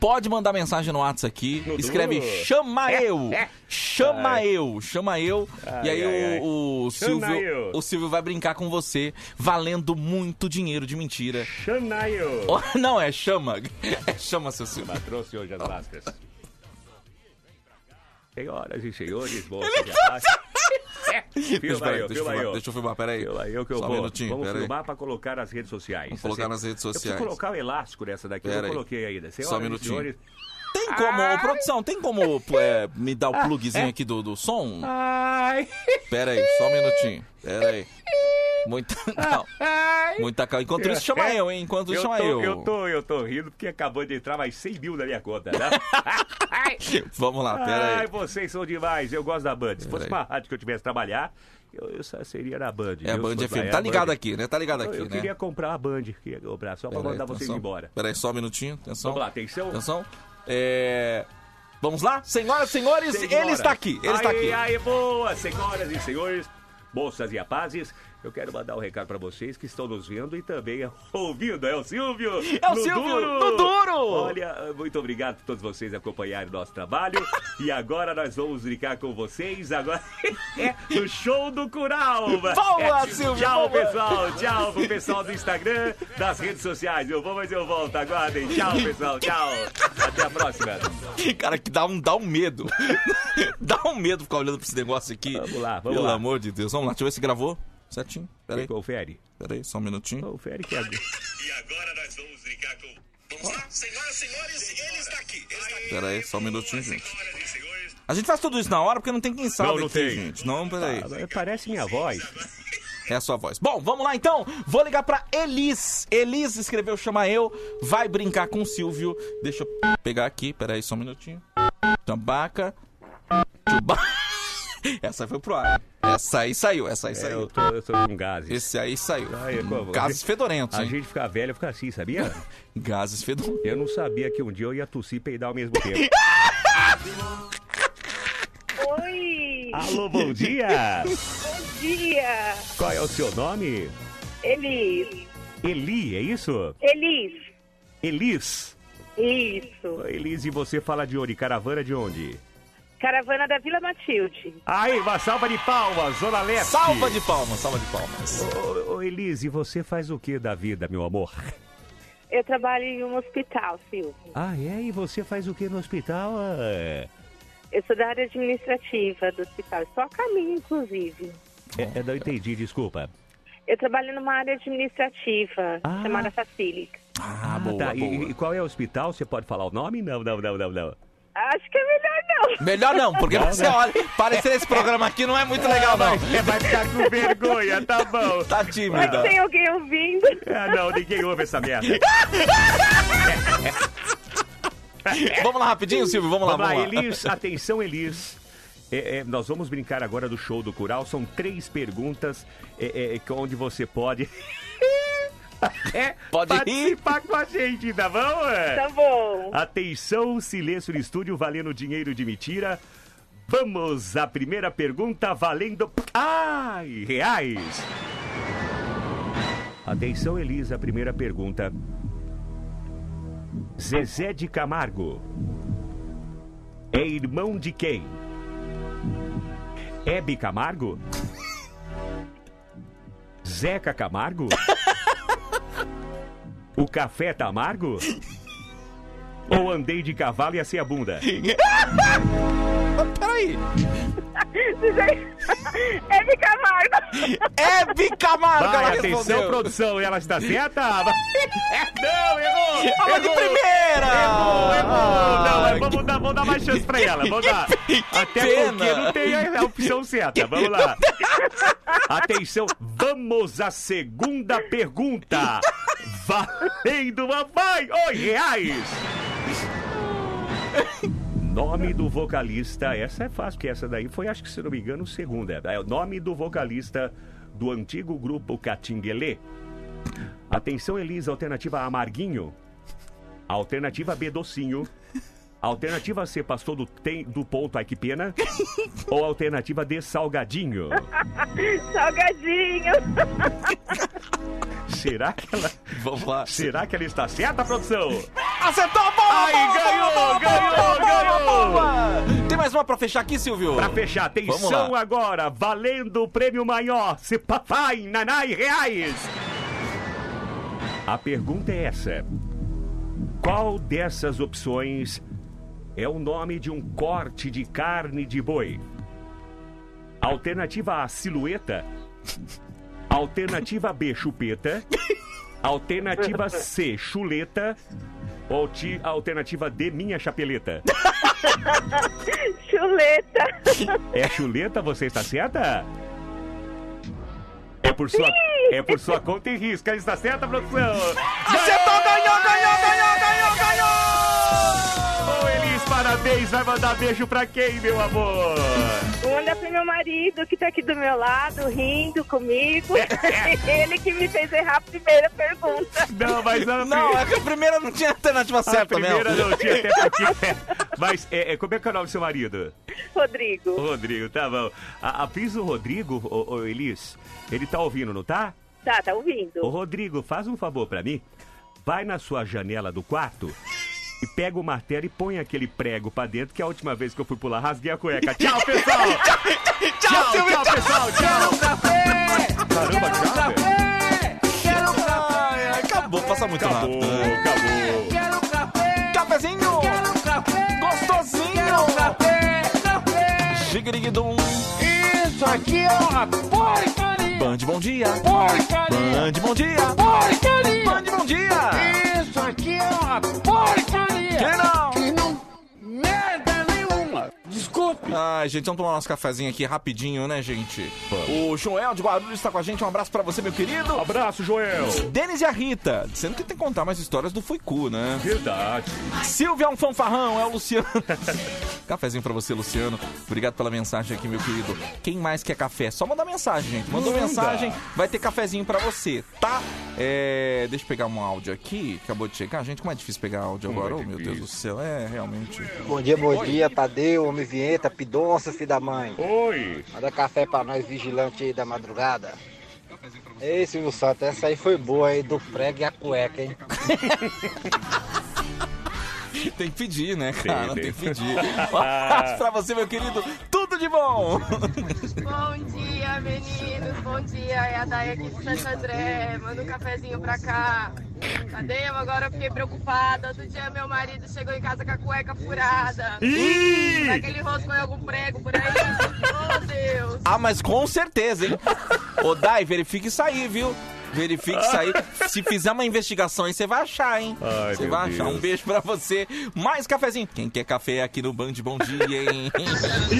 Speaker 2: pode mandar mensagem no WhatsApp aqui.
Speaker 5: No
Speaker 2: escreve
Speaker 5: duro.
Speaker 2: chama
Speaker 5: É,
Speaker 2: eu,
Speaker 5: é.
Speaker 2: chama
Speaker 5: Ai.
Speaker 2: eu, chama eu.
Speaker 5: Ai,
Speaker 2: e aí
Speaker 5: ai,
Speaker 2: o-
Speaker 5: ai.
Speaker 2: o,
Speaker 5: Chama eu.
Speaker 2: Silvio, o Silvio vai brincar com você, valendo muito dinheiro de mentira.
Speaker 5: Xanaio!
Speaker 2: Oh, Não, é chama. É chama, seu Silvio.
Speaker 5: Ah, Trouxe hoje as lascas. Senhoras e senhores, bom,
Speaker 2: Deixa, eu
Speaker 5: Filma
Speaker 2: peraí,
Speaker 5: eu,
Speaker 2: deixa eu
Speaker 5: filma
Speaker 2: filmar,
Speaker 5: eu.
Speaker 2: deixa eu filmar, peraí.
Speaker 5: Filma eu é que eu
Speaker 2: Só um
Speaker 5: vou.
Speaker 2: minutinho,
Speaker 5: Vamos
Speaker 2: peraí.
Speaker 5: filmar pra colocar nas redes sociais. tá
Speaker 2: Vamos colocar nas redes
Speaker 5: Eu
Speaker 2: sociais.
Speaker 5: preciso colocar o elástico nessa daqui, eu
Speaker 2: Pera
Speaker 5: não
Speaker 2: aí.
Speaker 5: coloquei ainda. Senhoras
Speaker 2: Só um
Speaker 5: e
Speaker 2: minutinho.
Speaker 5: senhores-
Speaker 2: Tem como,
Speaker 5: Ah!
Speaker 2: ô, produção, tem como é, me dar o plugzinho aqui do, do som?
Speaker 5: Ah, Ai,
Speaker 2: Pera aí, só um minutinho. Pera aí. Muita calma.
Speaker 5: ai.
Speaker 2: Muita calma. Enquanto isso, chama eu, hein? Enquanto isso,
Speaker 5: É. Eu tô,
Speaker 2: chama eu.
Speaker 5: eu tô, eu tô rindo porque acabou de entrar mais 100 mil na minha conta, né?
Speaker 2: Vamos lá, pera
Speaker 5: Ai,
Speaker 2: aí.
Speaker 5: vocês são demais. Eu gosto da Band. Se fosse
Speaker 2: Pera aí.
Speaker 5: uma rádio que eu tivesse trabalhar, eu, eu só seria na Band.
Speaker 2: É a
Speaker 5: viu?
Speaker 2: Band
Speaker 5: Se fosse lá,
Speaker 2: FM.
Speaker 5: é
Speaker 2: Tá
Speaker 5: a
Speaker 2: ligado
Speaker 5: Band.
Speaker 2: aqui, né? Tá ligado
Speaker 5: Eu-
Speaker 2: aqui,
Speaker 5: Eu
Speaker 2: né?
Speaker 5: queria comprar a Band, queria comprar só pra
Speaker 2: Pera aí,
Speaker 5: mandar vocês
Speaker 2: atenção.
Speaker 5: embora.
Speaker 2: Pera aí, só um então minutinho. Atenção.
Speaker 5: Vamos lá, um- atenção.
Speaker 2: Atenção. É... Vamos lá? Senhoras e senhores, ele está aqui. Ele está aqui.
Speaker 5: Aí, boa, senhoras e senhores, moças e rapazes. Eu quero mandar um recado pra vocês que estão nos vendo e também ouvindo. É o Silvio!
Speaker 2: É o
Speaker 5: no
Speaker 2: Silvio,
Speaker 5: Duro.
Speaker 2: no Duro!
Speaker 5: Olha, muito obrigado por todos vocês acompanharem o nosso trabalho. e agora nós vamos brincar com vocês agora no show do Curau. É.
Speaker 2: Boa, Silvio,
Speaker 5: Tchau,
Speaker 2: boa.
Speaker 5: pessoal! Tchau pro pessoal do Instagram, das redes sociais. Eu vou, mas eu volto. Aguardem. Tchau, pessoal. Tchau. Até a próxima.
Speaker 2: Cara, que dá um, dá um medo. dá um medo ficar olhando pra esse negócio aqui.
Speaker 5: Vamos lá, vamos
Speaker 2: Pelo
Speaker 5: lá.
Speaker 2: amor de Deus. Vamos lá, deixa eu ver se gravou. Certinho. Pera aí.
Speaker 5: Confere.
Speaker 2: Pera aí, só um minutinho.
Speaker 5: Confere que é agora.
Speaker 3: E agora nós vamos brincar com. Vamos lá? Senhoras e senhores, ele está aqui. Ele está aqui.
Speaker 2: Pera aí, só um minutinho, gente. A gente faz tudo isso na hora porque não tem Tá. quem sabe
Speaker 5: Não, não
Speaker 2: aqui,
Speaker 5: tem.
Speaker 2: gente. Não, peraí.
Speaker 5: Ah, Parece minha voz.
Speaker 2: É a sua voz. Bom, vamos lá então. Vou ligar pra Elis. Elis escreveu Chama Eu. Vai brincar com o Silvio. Deixa eu pegar aqui. Peraí, só um minutinho. Tambaca. Chuba... Essa foi pro ar. Essa aí saiu. Essa aí
Speaker 5: É, eu,
Speaker 2: saiu.
Speaker 5: tô, eu tô com gases.
Speaker 2: Esse aí saiu.
Speaker 5: Ai, é como-
Speaker 2: Gases fedorentos,
Speaker 5: A
Speaker 2: hein?
Speaker 5: gente fica velho, fica assim, sabia?
Speaker 2: Gases fedorentos.
Speaker 5: Eu não sabia que um dia eu ia tossir e peidar ao mesmo tempo.
Speaker 11: Oi,
Speaker 5: Alô, bom dia!
Speaker 11: bom dia.
Speaker 5: Qual é o seu nome?
Speaker 11: Elis,
Speaker 5: Eli, é isso?
Speaker 11: Elis,
Speaker 5: Elis.
Speaker 11: isso.
Speaker 5: Ô, Elis, e você fala de onde? Caravana de onde?
Speaker 11: Caravana da Vila Matilde.
Speaker 5: Aí, uma salva de palmas, Zona Leste.
Speaker 2: É, Salva de palmas, salva de palmas.
Speaker 5: Ô, ô, Elis, e você faz o que da vida, meu amor?
Speaker 11: Eu trabalho em um hospital, Silvio.
Speaker 5: Ah, é? E você faz o que no hospital? É,
Speaker 11: Eu sou da área administrativa do hospital. Estou a caminho, inclusive.
Speaker 5: é, não entendi, desculpa.
Speaker 11: Eu trabalho numa área administrativa
Speaker 5: Ah.
Speaker 11: chamada Facilic.
Speaker 2: Ah, boa,
Speaker 5: tá. E-
Speaker 2: boa.
Speaker 5: E, qual é o hospital? Você pode falar o nome? Não, não, não, não, não.
Speaker 11: Acho que é melhor não.
Speaker 2: Melhor não, porque
Speaker 5: Não, né?
Speaker 2: você
Speaker 5: não.
Speaker 2: olha, parecer esse programa aqui não é muito legal, não.
Speaker 5: Vai, vai ficar com vergonha, tá bom.
Speaker 2: Tá tímida.
Speaker 11: Tem alguém ouvindo?
Speaker 5: Ah, não, ninguém ouve essa merda.
Speaker 2: Vamos lá rapidinho, Silvio, vamos lá,
Speaker 5: um- Vamos lá,
Speaker 2: vamos lá.
Speaker 5: Elis. Atenção, Elis. É, é, nós vamos brincar agora do show do Curau. São três perguntas é, é, que onde você pode. é
Speaker 2: Pode
Speaker 5: ir. participar com a gente, tá bom? é?
Speaker 11: Tá bom.
Speaker 5: Atenção, silêncio no estúdio, valendo dinheiro de mentira. Vamos à primeira pergunta, valendo... Ai, reais. Atenção, Elisa, primeira pergunta. Zezé de Camargo é irmão de quem? Hebe Camargo? Zeca Camargo? O café tá amargo? Ou andei de cavalo e assim a bunda?
Speaker 2: Ah, Peraí.
Speaker 11: É de Camargo.
Speaker 2: É bicamargo,
Speaker 5: Vai,
Speaker 2: ela
Speaker 5: atenção,
Speaker 2: respondeu.
Speaker 5: produção, ela está certa? É, Não, errou!
Speaker 2: Falou de
Speaker 5: errou,
Speaker 2: primeira!
Speaker 5: Errou, errou! não,
Speaker 2: Ah,
Speaker 5: mas vamos dar, vamos dar mais chance pra ela, vamos dar. Até porque
Speaker 2: pena.
Speaker 5: não tem a a opção certa, vamos lá. Atenção, vamos à segunda pergunta. Valendo mamãe! Oi, reais! Nome do vocalista, essa é fácil, porque essa daí foi, acho que se não me engano, segunda. É o nome do vocalista do antigo grupo Catinguelê. Atenção, Elisa, alternativa A, Amarguinho. Alternativa B, Docinho. Alternativa C, Pastor do, tem, do Ponto, ai que pena. Ou alternativa D, Salgadinho.
Speaker 11: Salgadinho.
Speaker 5: Será que ela...
Speaker 2: Vamos lá.
Speaker 5: Será que ela está certa, produção?
Speaker 2: Acertou a bola!
Speaker 5: Aí, ganhou, ganhou, ganhou.
Speaker 2: Tem mais uma pra fechar aqui, Silvio?
Speaker 5: Pra fechar,
Speaker 2: Vamos
Speaker 5: atenção
Speaker 2: lá.
Speaker 5: agora, valendo o prêmio maior, se papai, nanai, reais. A pergunta é essa. Qual dessas opções é o nome de um corte de carne de boi? Alternativa A, silhueta. Alternativa B, chupeta. Alternativa C, chuleta. Ou ti- alternativa D, minha chapeleta.
Speaker 11: Chuleta.
Speaker 5: É chuleta, você está certa? É por sua, é por sua conta e risco. Ela Está certa, produção?
Speaker 2: Acertou, ganhou, ganhou, ganhou, ganhou,
Speaker 5: Ô, Oh, Elis, parabéns. Vai mandar beijo pra quem, meu amor?
Speaker 11: Manda pro meu marido que tá aqui do meu lado, rindo comigo. Ele que me fez errar a primeira pergunta.
Speaker 5: Não, mas a,
Speaker 2: Não, é que a primeira não tinha alternativa
Speaker 5: a
Speaker 2: certa mesmo.
Speaker 5: primeira não tinha até porque... Mas é, é, como é que é o nome do seu marido?
Speaker 11: Rodrigo.
Speaker 5: Rodrigo, tá bom. A, avisa o Rodrigo, ô, ô, Elis, ele tá ouvindo, não tá?
Speaker 11: Tá, tá ouvindo?
Speaker 5: Ô, Rodrigo, faz um favor pra mim. Vai na sua janela do quarto e pega o martelo e põe aquele prego pra dentro, que a última vez que eu fui pular, rasguei a cueca. Tchau, pessoal!
Speaker 2: Tchau, Silvio,
Speaker 5: tchau, pessoal! um Tchau! Caramba, tchau, velho.
Speaker 2: Ai, ai, Acabou, passa muito
Speaker 5: um Acabou,
Speaker 2: rápido. né? um
Speaker 5: acabou. um
Speaker 2: Cafezinho! Gostosinho!
Speaker 5: um
Speaker 2: Xigiriguidum!
Speaker 3: É, Isso aqui é uma porcaria!
Speaker 2: Band, bom dia!
Speaker 3: Porcaria!
Speaker 2: Band, bom dia!
Speaker 3: Porcaria!
Speaker 2: Band, bom dia!
Speaker 3: Isso aqui é uma porcaria!
Speaker 2: Que não?
Speaker 3: Que não merda nenhuma! Desculpe!
Speaker 2: Ai, gente, vamos tomar nosso cafezinho aqui rapidinho, né, gente? O Joel de Guarulhos está com a gente. Um abraço pra você, meu querido.
Speaker 5: Abraço, Joel!
Speaker 2: Denis e a Rita, dizendo que tem que contar mais histórias do Fuicu, né?
Speaker 5: Verdade.
Speaker 2: Silvio é um fanfarrão, é o Luciano. Cafezinho pra você, Luciano. Obrigado pela mensagem aqui, meu querido. Quem mais quer café? Só mandar mensagem, gente. Mandou
Speaker 5: Manda.
Speaker 2: mensagem, vai ter cafezinho pra você, tá? É, deixa eu pegar um áudio aqui. Acabou de chegar, gente. Como é difícil pegar áudio agora? oh, meu Deus do céu, é realmente.
Speaker 12: Bom dia, bom dia, Tadeu, homem Vienta, Pidonça, filho da mãe.
Speaker 5: Oi!
Speaker 12: Manda café pra nós, vigilante aí da madrugada. Ei, Silvio Santos, essa aí foi boa aí, do prego e a cueca, hein?
Speaker 2: Tem que pedir, né, cara?
Speaker 5: Tem,
Speaker 2: Tem,
Speaker 5: tem.
Speaker 2: que pedir. Um abraço pra você, meu querido. Tudo de bom!
Speaker 13: Bom dia, meninos. Bom dia. É a Day aqui de Santo André. Manda um cafezinho pra cá. Tadeu, agora eu fiquei preocupada. Outro dia meu marido chegou em casa com a cueca furada.
Speaker 2: Ih!
Speaker 13: Será que ele roscou em algum prego por aí? Oh, Deus.
Speaker 2: Ah, mas com certeza, hein? Ô, Dai, verifique isso aí, viu? Verifique isso aí. Se fizer uma investigação aí, você vai achar, hein?
Speaker 5: Ai,
Speaker 2: Você
Speaker 5: meu
Speaker 2: vai achar.
Speaker 5: Deus.
Speaker 2: Um beijo pra você. Mais cafezinho. Quem quer café aqui no Band, bom dia, hein?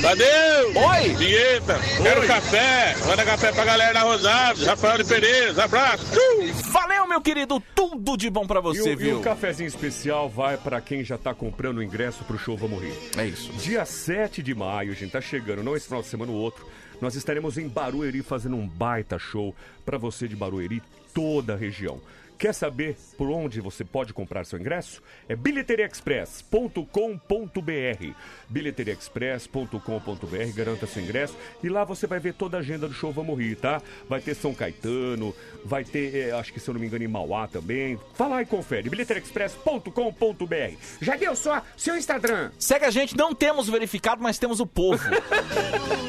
Speaker 14: Tadeu!
Speaker 2: Oi!
Speaker 14: Vinheta! Quero café! Manda café pra galera da Rosário, Rafael de Pereira, abraço!
Speaker 2: Valeu, meu querido. Tudo de bom pra você,
Speaker 5: e, o- e
Speaker 2: viu?
Speaker 5: o cafezinho especial vai pra quem já tá comprando o ingresso pro show Vamos Rir.
Speaker 2: É isso.
Speaker 5: Dia 7 de maio, gente, tá chegando, não esse final de semana, o outro. Nós estaremos em Barueri fazendo um baita show pra você de Barueri, toda a região. Quer saber por onde você pode comprar seu ingresso? É bilheteriaexpress.com.br. bilheteriaexpress.com.br, garanta seu ingresso e lá você vai ver toda a agenda do show Vamos Rir, tá? Vai ter São Caetano, vai ter, eh, acho que se eu não me engano, em Mauá também. Vai lá e confere, bilheteriaexpress.com.br. Já deu só seu Instagram.
Speaker 2: Segue a gente, não temos verificado, mas temos o povo.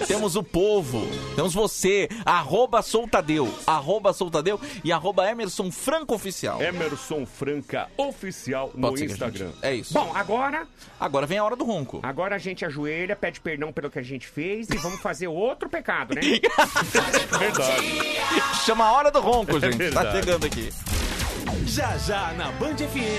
Speaker 2: temos o povo. Temos você, arroba soltadeu, arroba soltadeu e arroba Emerson Franco Oficial.
Speaker 6: É
Speaker 5: Emerson Franca Oficial no
Speaker 2: Pode seguir a
Speaker 5: Instagram.
Speaker 2: gente. É isso.
Speaker 6: Bom, agora.
Speaker 2: Agora vem a hora do ronco.
Speaker 6: Agora a gente ajoelha, pede perdão pelo que a gente fez e vamos fazer outro pecado, né?
Speaker 2: Chama a hora do ronco, gente. tá
Speaker 6: É Verdade.
Speaker 2: chegando aqui.
Speaker 15: Já já na Band FM.